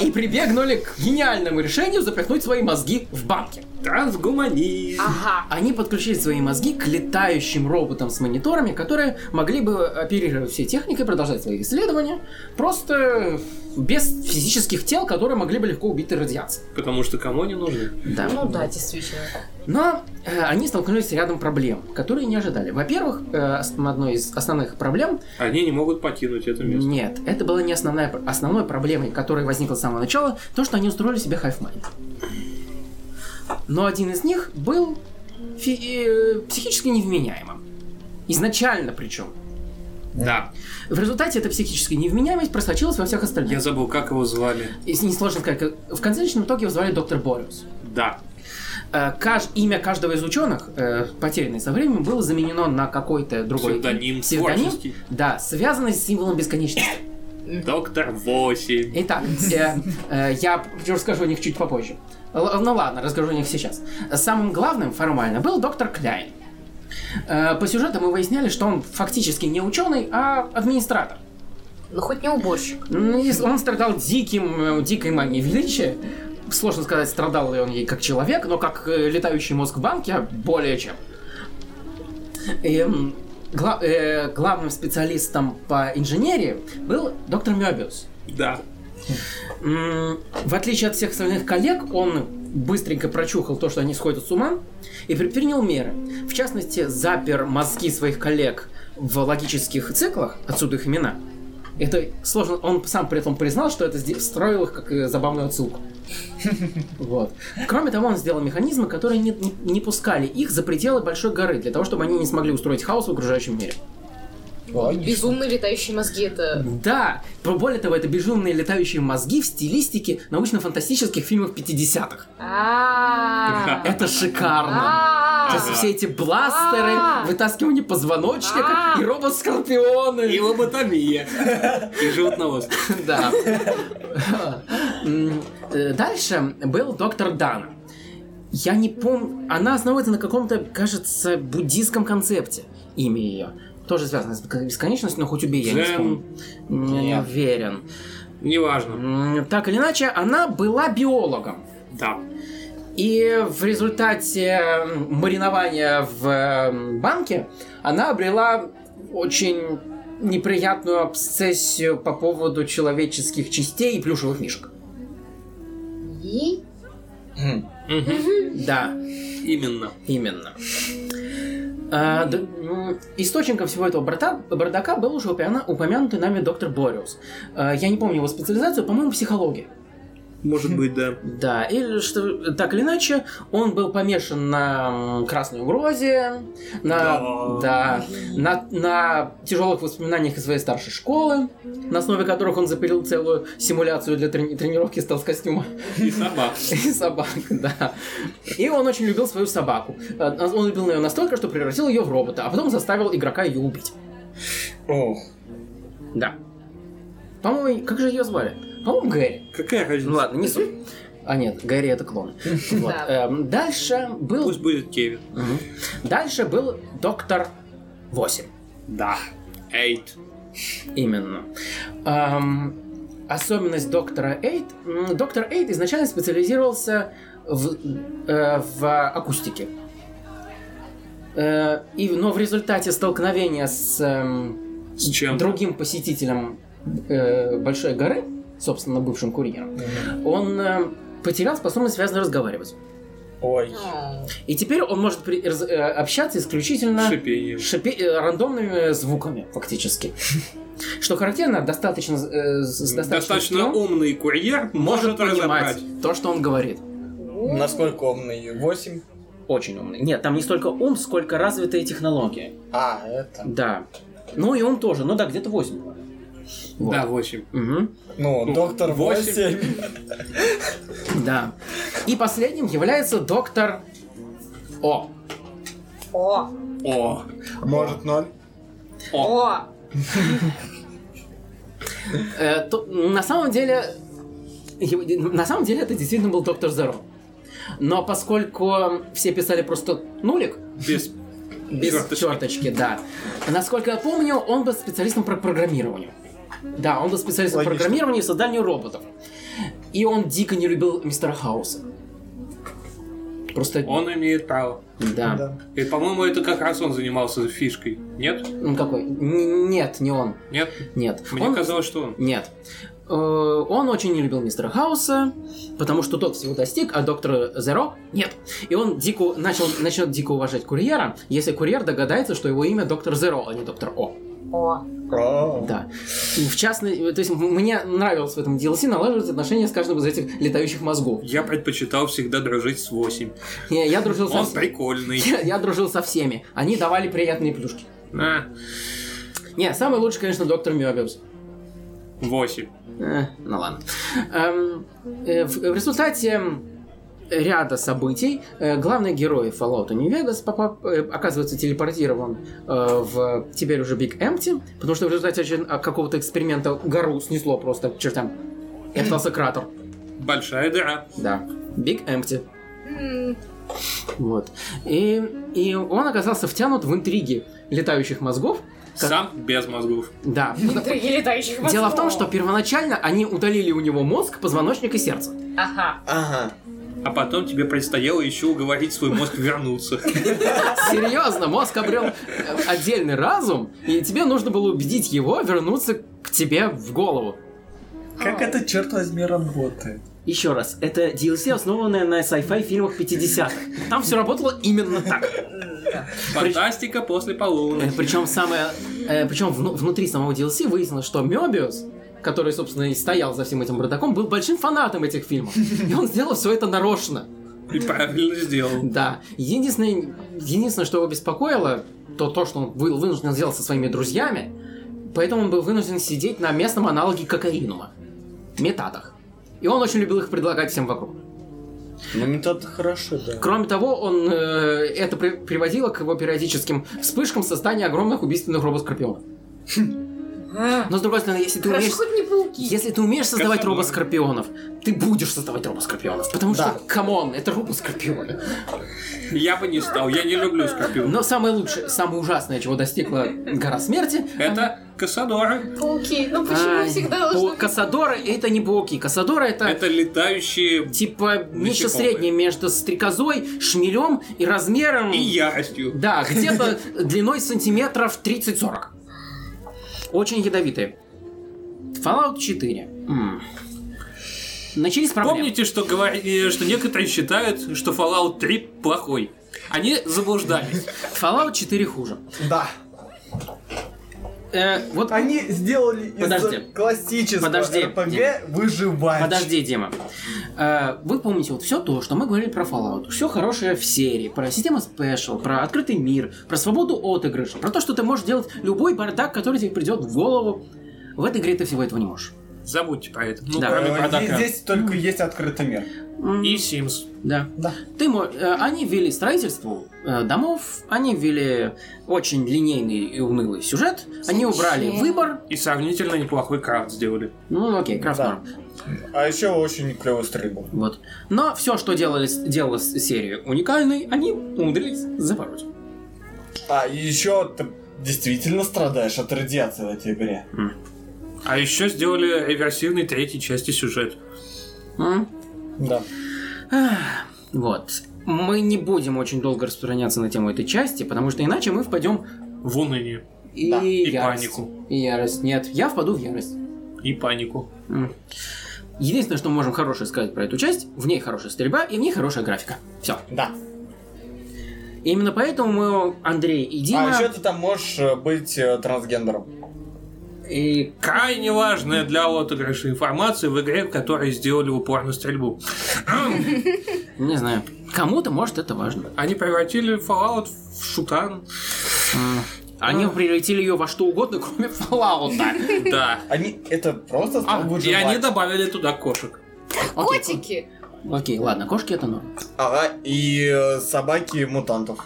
И прибегнули к гениальному решению запихнуть свои мозги в банки. Трансгуманизм. А. Ага. Они подключили свои мозги к летающим роботам с мониторами, которые могли бы оперировать всей техникой, продолжать свои исследования, просто без физических тел, которые могли бы легко убить радиацией. Потому что кому они нужны? Да. Ну да, действительно. Но э, они столкнулись с рядом проблем, которые не ожидали. Во-первых, э, ос- одной из основных проблем... Они не могут покинуть это место. Нет, это была не основная, пр- основной проблемой, которая возникла с самого начала, то, что они устроили себе хайфмайн. Но один из них был фи- э, психически невменяемым. Изначально причем. Да. В результате эта психическая невменяемость просочилась во всех остальных. Я забыл, как его звали. Если несложно сказать, как- в конечном итоге его звали доктор Бориус. Да. Э, каж- имя каждого из ученых, э, потерянное со временем, было заменено на какой-то другой Псевдоним им- псевдоним. творческий. Да, связанный с символом бесконечности. Доктор 8. Итак, э, э, я расскажу о них чуть попозже. Л- ну ладно, расскажу о них сейчас. Самым главным формально был доктор Кляйн. Э, по сюжету мы выясняли, что он фактически не ученый, а администратор. Ну хоть не уборщик. Ну, и Он страдал диким, э, дикой манией величия. Сложно сказать, страдал ли он ей как человек, но как э, летающий мозг в банке более чем. Эм, гла- э, главным специалистом по инженерии был доктор Мёбиус. Да. М, В отличие от всех остальных коллег, он быстренько прочухал то, что они сходят с ума, и предпринял меры. В частности, запер мозги своих коллег в логических циклах, отсюда их имена. Это сложно, он сам при этом признал, что это сде- встроил их как э, забавную отсылку. Вот. Кроме того, он сделал механизмы, которые не, не- не пускали их за пределы большой горы, для того, чтобы они не смогли устроить хаос в окружающем мире. Безумные летающие мозги это. Да, Про- более того, это безумные летающие мозги в стилистике научно-фантастических фильмов 50-х. А. Это шикарно. А. То есть все эти бластеры, А. вытаскивание позвоночника А. и И робот-скорпионы. лоботомия. И животноводство. Да. М, э, Дальше был доктор Дана. Я не помню... Она основывается на каком-то, кажется, буддийском концепте. Имя ее. Тоже связано с бек- бесконечностью, но хоть убей, я не Джен. вспомню. Не Нет. уверен. Неважно. М, Так или иначе, она была биологом. Да. И в результате м, маринования в м, банке она обрела очень неприятную обсессию по поводу человеческих частей и плюшевых мишек. И? Хм. Мгм. Да, Именно. именно. А, д- м, источником всего этого барда- бардака был уже упомя- упомянутый нами доктор Бориус. А, я не помню его специализацию, по-моему, психология. Может быть, да. Да, или что так или иначе, он был помешан на м, красной угрозе, на, да. на, на тяжелых воспоминаниях из своей старшей школы, на основе которых он запилил целую симуляцию для трени- тренировки стелс-костюма И собак. и собак, да. И он очень любил свою собаку. Э, Он любил ее настолько, что превратил ее в робота, а потом заставил игрока ее убить. Ох. Да. По-моему, как же ее звали? По-моему, Гэри. Какая разница? Ну ладно, не суть. А нет, Гарри это клон. Вот. Да. Эм, Дальше был... Пусть будет Кевин. Мгм. Дальше был доктор 8. Да. Эйт. Именно. Эм, особенность доктора Эйд. М, Доктор Эйд изначально специализировался в, э, в акустике. Э, и, но в результате столкновения с эм, С чем? другим посетителем э, Большой горы, собственно, бывшим курьером, он э, потерял способность связно разговаривать. Ой. И теперь он может при- раз- э, общаться исключительно Шипение. шипе- э, рандомными звуками, фактически. Что характерно, достаточно, э, с- с Достаточно достаточным умом умный курьер может разобрать. понимать то, что он говорит. Насколько умный? 8? Очень умный. Нет, там не столько ум, сколько развитые технологии. А, это. Да. Ну и он тоже. Ну да, где-то 8. Вот. Да, 8. Мгм. Ну, Ну, доктор восемь. 8. Да. И последним является доктор О. О, О. Может 0? О. о, Э, то- на самом деле, его- на самом деле это действительно был доктор Зеро. Но поскольку все писали просто нулик Без без черточки. черточки. да. Насколько я помню, он был специалистом по программированию. Да, он был специалистом по Логично. программированию и созданию роботов. И он дико не любил мистера Хауса. Просто Он имеет право. да. И, по-моему, это как раз он занимался фишкой. Нет? Он какой? Н- нет, не он. Нет? Нет. Мне он... казалось, что он. Нет. Э, Он очень не любил мистера Хауса, потому что тот всего достиг, а доктора Зеро нет. И он дико начал, начнет дико уважать курьера, если курьер догадается, что его имя доктор Зеро, а не доктор О. о. О. Да. И В частности, то есть м- мне нравилось в этом DLC налаживать отношения с каждым из этих летающих мозгов. Я предпочитал всегда дружить с 8. Я, я дружил со Он всеми. прикольный. Ну, Я, я дружил со всеми. Они давали приятные плюшки. На. Не, самый лучший, конечно, доктор Мёбиус. 8. Э, ну ладно. Эм, э, в, в результате м, ряда событий э, главный герой Fallout New Vegas попа- э, оказывается телепортирован э, в теперь уже Big Empty, потому что в результате очень- а, какого-то эксперимента гору снесло просто к чертям. И остался кратер. Большая дыра. Да. Big Empty. М, Вот. И, и он оказался втянут в интриги летающих мозгов. Как- Сам без мозгов. Да. Интриги летающих Дело в том, мозгов. что первоначально они удалили у него мозг, позвоночник и сердце. Ага. Ага. А потом тебе предстояло еще уговорить свой мозг вернуться. Серьезно, мозг обрел э, отдельный разум, и тебе нужно было убедить его вернуться к тебе в голову. Как это, черт возьми, работает? Еще раз, это DLC, основанное на sci-fi фильмах 50-х. Там все работало именно так. Фантастика после полуночи. Причем Э, самое. Причем внутри самого DLC выяснилось, что Мёбиус, который, собственно, и стоял за всем этим бардаком, был большим фанатом этих фильмов. И он сделал все это нарочно. И правильно сделал. Да. Единственное, единственное, что его беспокоило, то то, что он был вынужден сделать со своими друзьями, поэтому он был вынужден сидеть на местном аналоге кокаинума. Метатах. И он очень любил их предлагать всем вокруг. Ну, метод хорошо, да. Кроме того, он, э, это при- приводило к его периодическим вспышкам создания огромных убийственных робот-скорпионов. А. Но с другой стороны, если ты Хорошо, умеешь... хоть не пауки. Если ты умеешь создавать Косомор. робот-скорпионов, ты будешь создавать робот-скорпионов. Потому Да. что, камон, это робот-скорпионы. Я бы не стал, я не люблю скорпиона. Но самое лучшее, самое ужасное, чего достигла гора смерти, Это Кассадоры. Пауки. Ну почему Ай, всегда пау- должны... Кассадоры это не пауки. Кассадоры это, Это летающие типа нечто насекомые. среднее между стрекозой, шмелем и размером. и яростью. Да, где-то длиной сантиметров 30-40. Очень ядовитые. Fallout 4. М. Начались проблемы. Помните, что, говори- э, что некоторые считают, что Fallout 3 плохой? Они заблуждались. Fallout 4 хуже. Да. Э, вот Они сделали из Подожди. классического Подожди, RPG выживать. Подожди, Дима. Э, Вы помните вот все то, что мы говорили про Fallout. Все хорошее в серии, про систему спешл, про открытый мир, про свободу отыгрыша, про то, что ты можешь делать любой бардак, который тебе придет в голову. В этой игре ты всего этого не можешь. Забудьте про это. Ну, Да. Э, кроме здесь- Бардака. Здесь только есть открытый мир. М, И Sims. Да. Да. Ты мо- э, Они ввели строительство э, домов, они ввели очень линейный и унылый сюжет, они Зачем? убрали выбор. И сравнительно неплохой крафт сделали. Ну, окей, крафт Да. норм. А еще очень клевый стрельбу. Вот. Но все, что делали, с- делало с- серию уникальной, они умудрились запороть. А еще ты действительно страдаешь от радиации в этой игре. А еще сделали реверсивный третьей части сюжет. М? Да. Ах, Вот. Мы не будем очень долго распространяться на тему этой части, потому что иначе мы впадем В уныние. и, Да, и ярость. панику. И ярость. Нет, я впаду в ярость. И панику. М. Единственное, что мы можем хорошее сказать про эту часть, в ней хорошая стрельба и в ней хорошая графика. Все. Да. А Именно поэтому мы, Андрей и Дима... А еще ты там можешь э, быть э, трансгендером. и... Крайне важная для отыгрыша информация в игре, в которой сделали упор на стрельбу. Не знаю. Кому-то, может, это важно. Они превратили Fallout в шутан. М. Они превратили ее во что угодно, кроме Fallout. Да. Они это просто А, смогут и желать. они добавили туда кошек. Котики! Окей, ладно, кошки это норм. Ага, и э, собаки мутантов.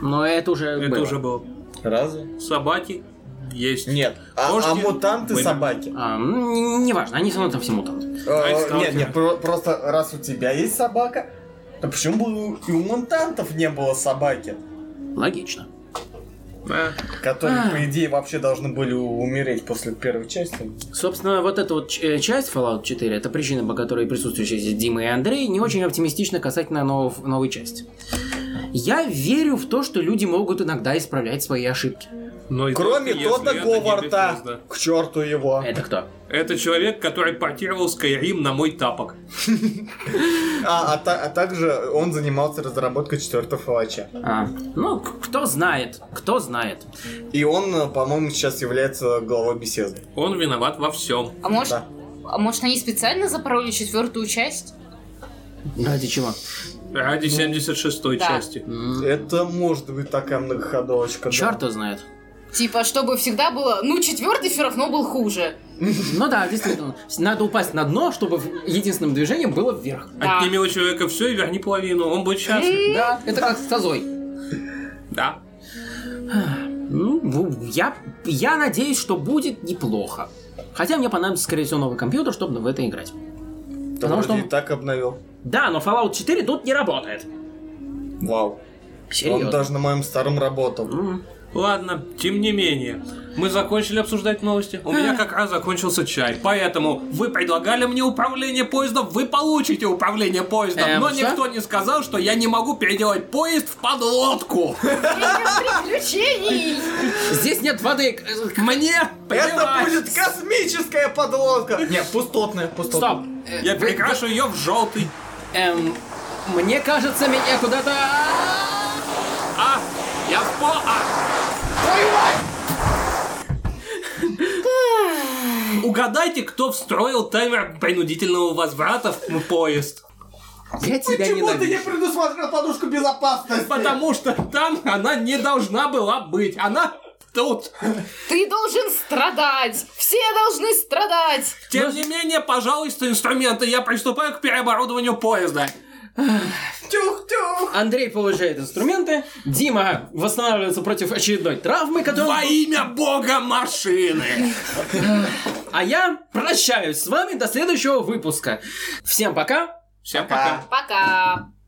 Но это уже Это было. уже было. Разве? Собаки есть. Нет. А, Кошки а мутанты были. собаки. А, м, неважно, они все равно там все мутанты. Э, Давайте нет, сталкеры. нет, про- просто раз у тебя есть собака, то почему бы у- и у мутантов не было собаки, Логично. Да. которые, А. по идее, вообще должны были у- умереть после первой части? Собственно, вот эта вот ч- э, часть Fallout 4, это причина, по которой присутствующие здесь Дима и Андрей не очень оптимистично касательно нов- новой части. Я верю в то, что люди могут иногда исправлять свои ошибки. Но и Кроме только если Тода это не Говарда, Bethesda. к черту его. Это кто? Это человек, который портировал Skyrim на мой тапок. А, а та- а также он занимался разработкой четвертого фалача. А, ну, к- кто знает, кто знает. И он, э, по-моему, сейчас является главой беседы. Он виноват во всем. А может, Да. а может они специально запороли четвертую часть? Ради чего? Ну. Ради 76-й да. части. М, Это может быть такая многоходовочка. да. Черт его знает. Типа, чтобы всегда было... Ну, четвертый все равно был хуже. Ну да, действительно, надо упасть на дно, чтобы единственным движением было вверх. Да. Отними у человека все и верни половину. Он будет счастлив. Да, это как с козой. Да. Ну, в- я, я надеюсь, что будет неплохо. Хотя мне понадобится, скорее всего, новый компьютер, чтобы в это играть. Да Потому что вроде он- и так обновил. Да, но Fallout 4 тут не работает. Вау. Он Серьезно. даже на моем старом работал. М, Ладно, тем не менее, мы закончили обсуждать новости. У меня как раз закончился чай, поэтому вы предлагали мне управление поездом, вы получите управление поездом, Эм, но всё? никто не сказал, что я не могу переделать поезд в подлодку. Приключений! Здесь нет воды. к- э, к- Мне Это плевать. будет космическая подлодка! Не, пустотная, пустотная. Стоп. Э, Я вы- вы- перекрашу ее в желтый. эм, Мне кажется, меня куда-то... А, я в по... а. Угадайте, кто встроил таймер принудительного возврата в поезд. Я тебя Почему ты не ненавижу. предусмотрел подушку безопасности? Потому что там она не должна была быть. Она тут. Ты должен страдать! Все должны страдать! Тем не менее, пожалуйста, инструменты. Я приступаю к переоборудованию поезда. Тюх-тюх! Андрей получает инструменты, Дима восстанавливается против очередной травмы, которую... Во имя бога машины. А я прощаюсь с вами до следующего выпуска. Всем пока! Всем пока. Пока!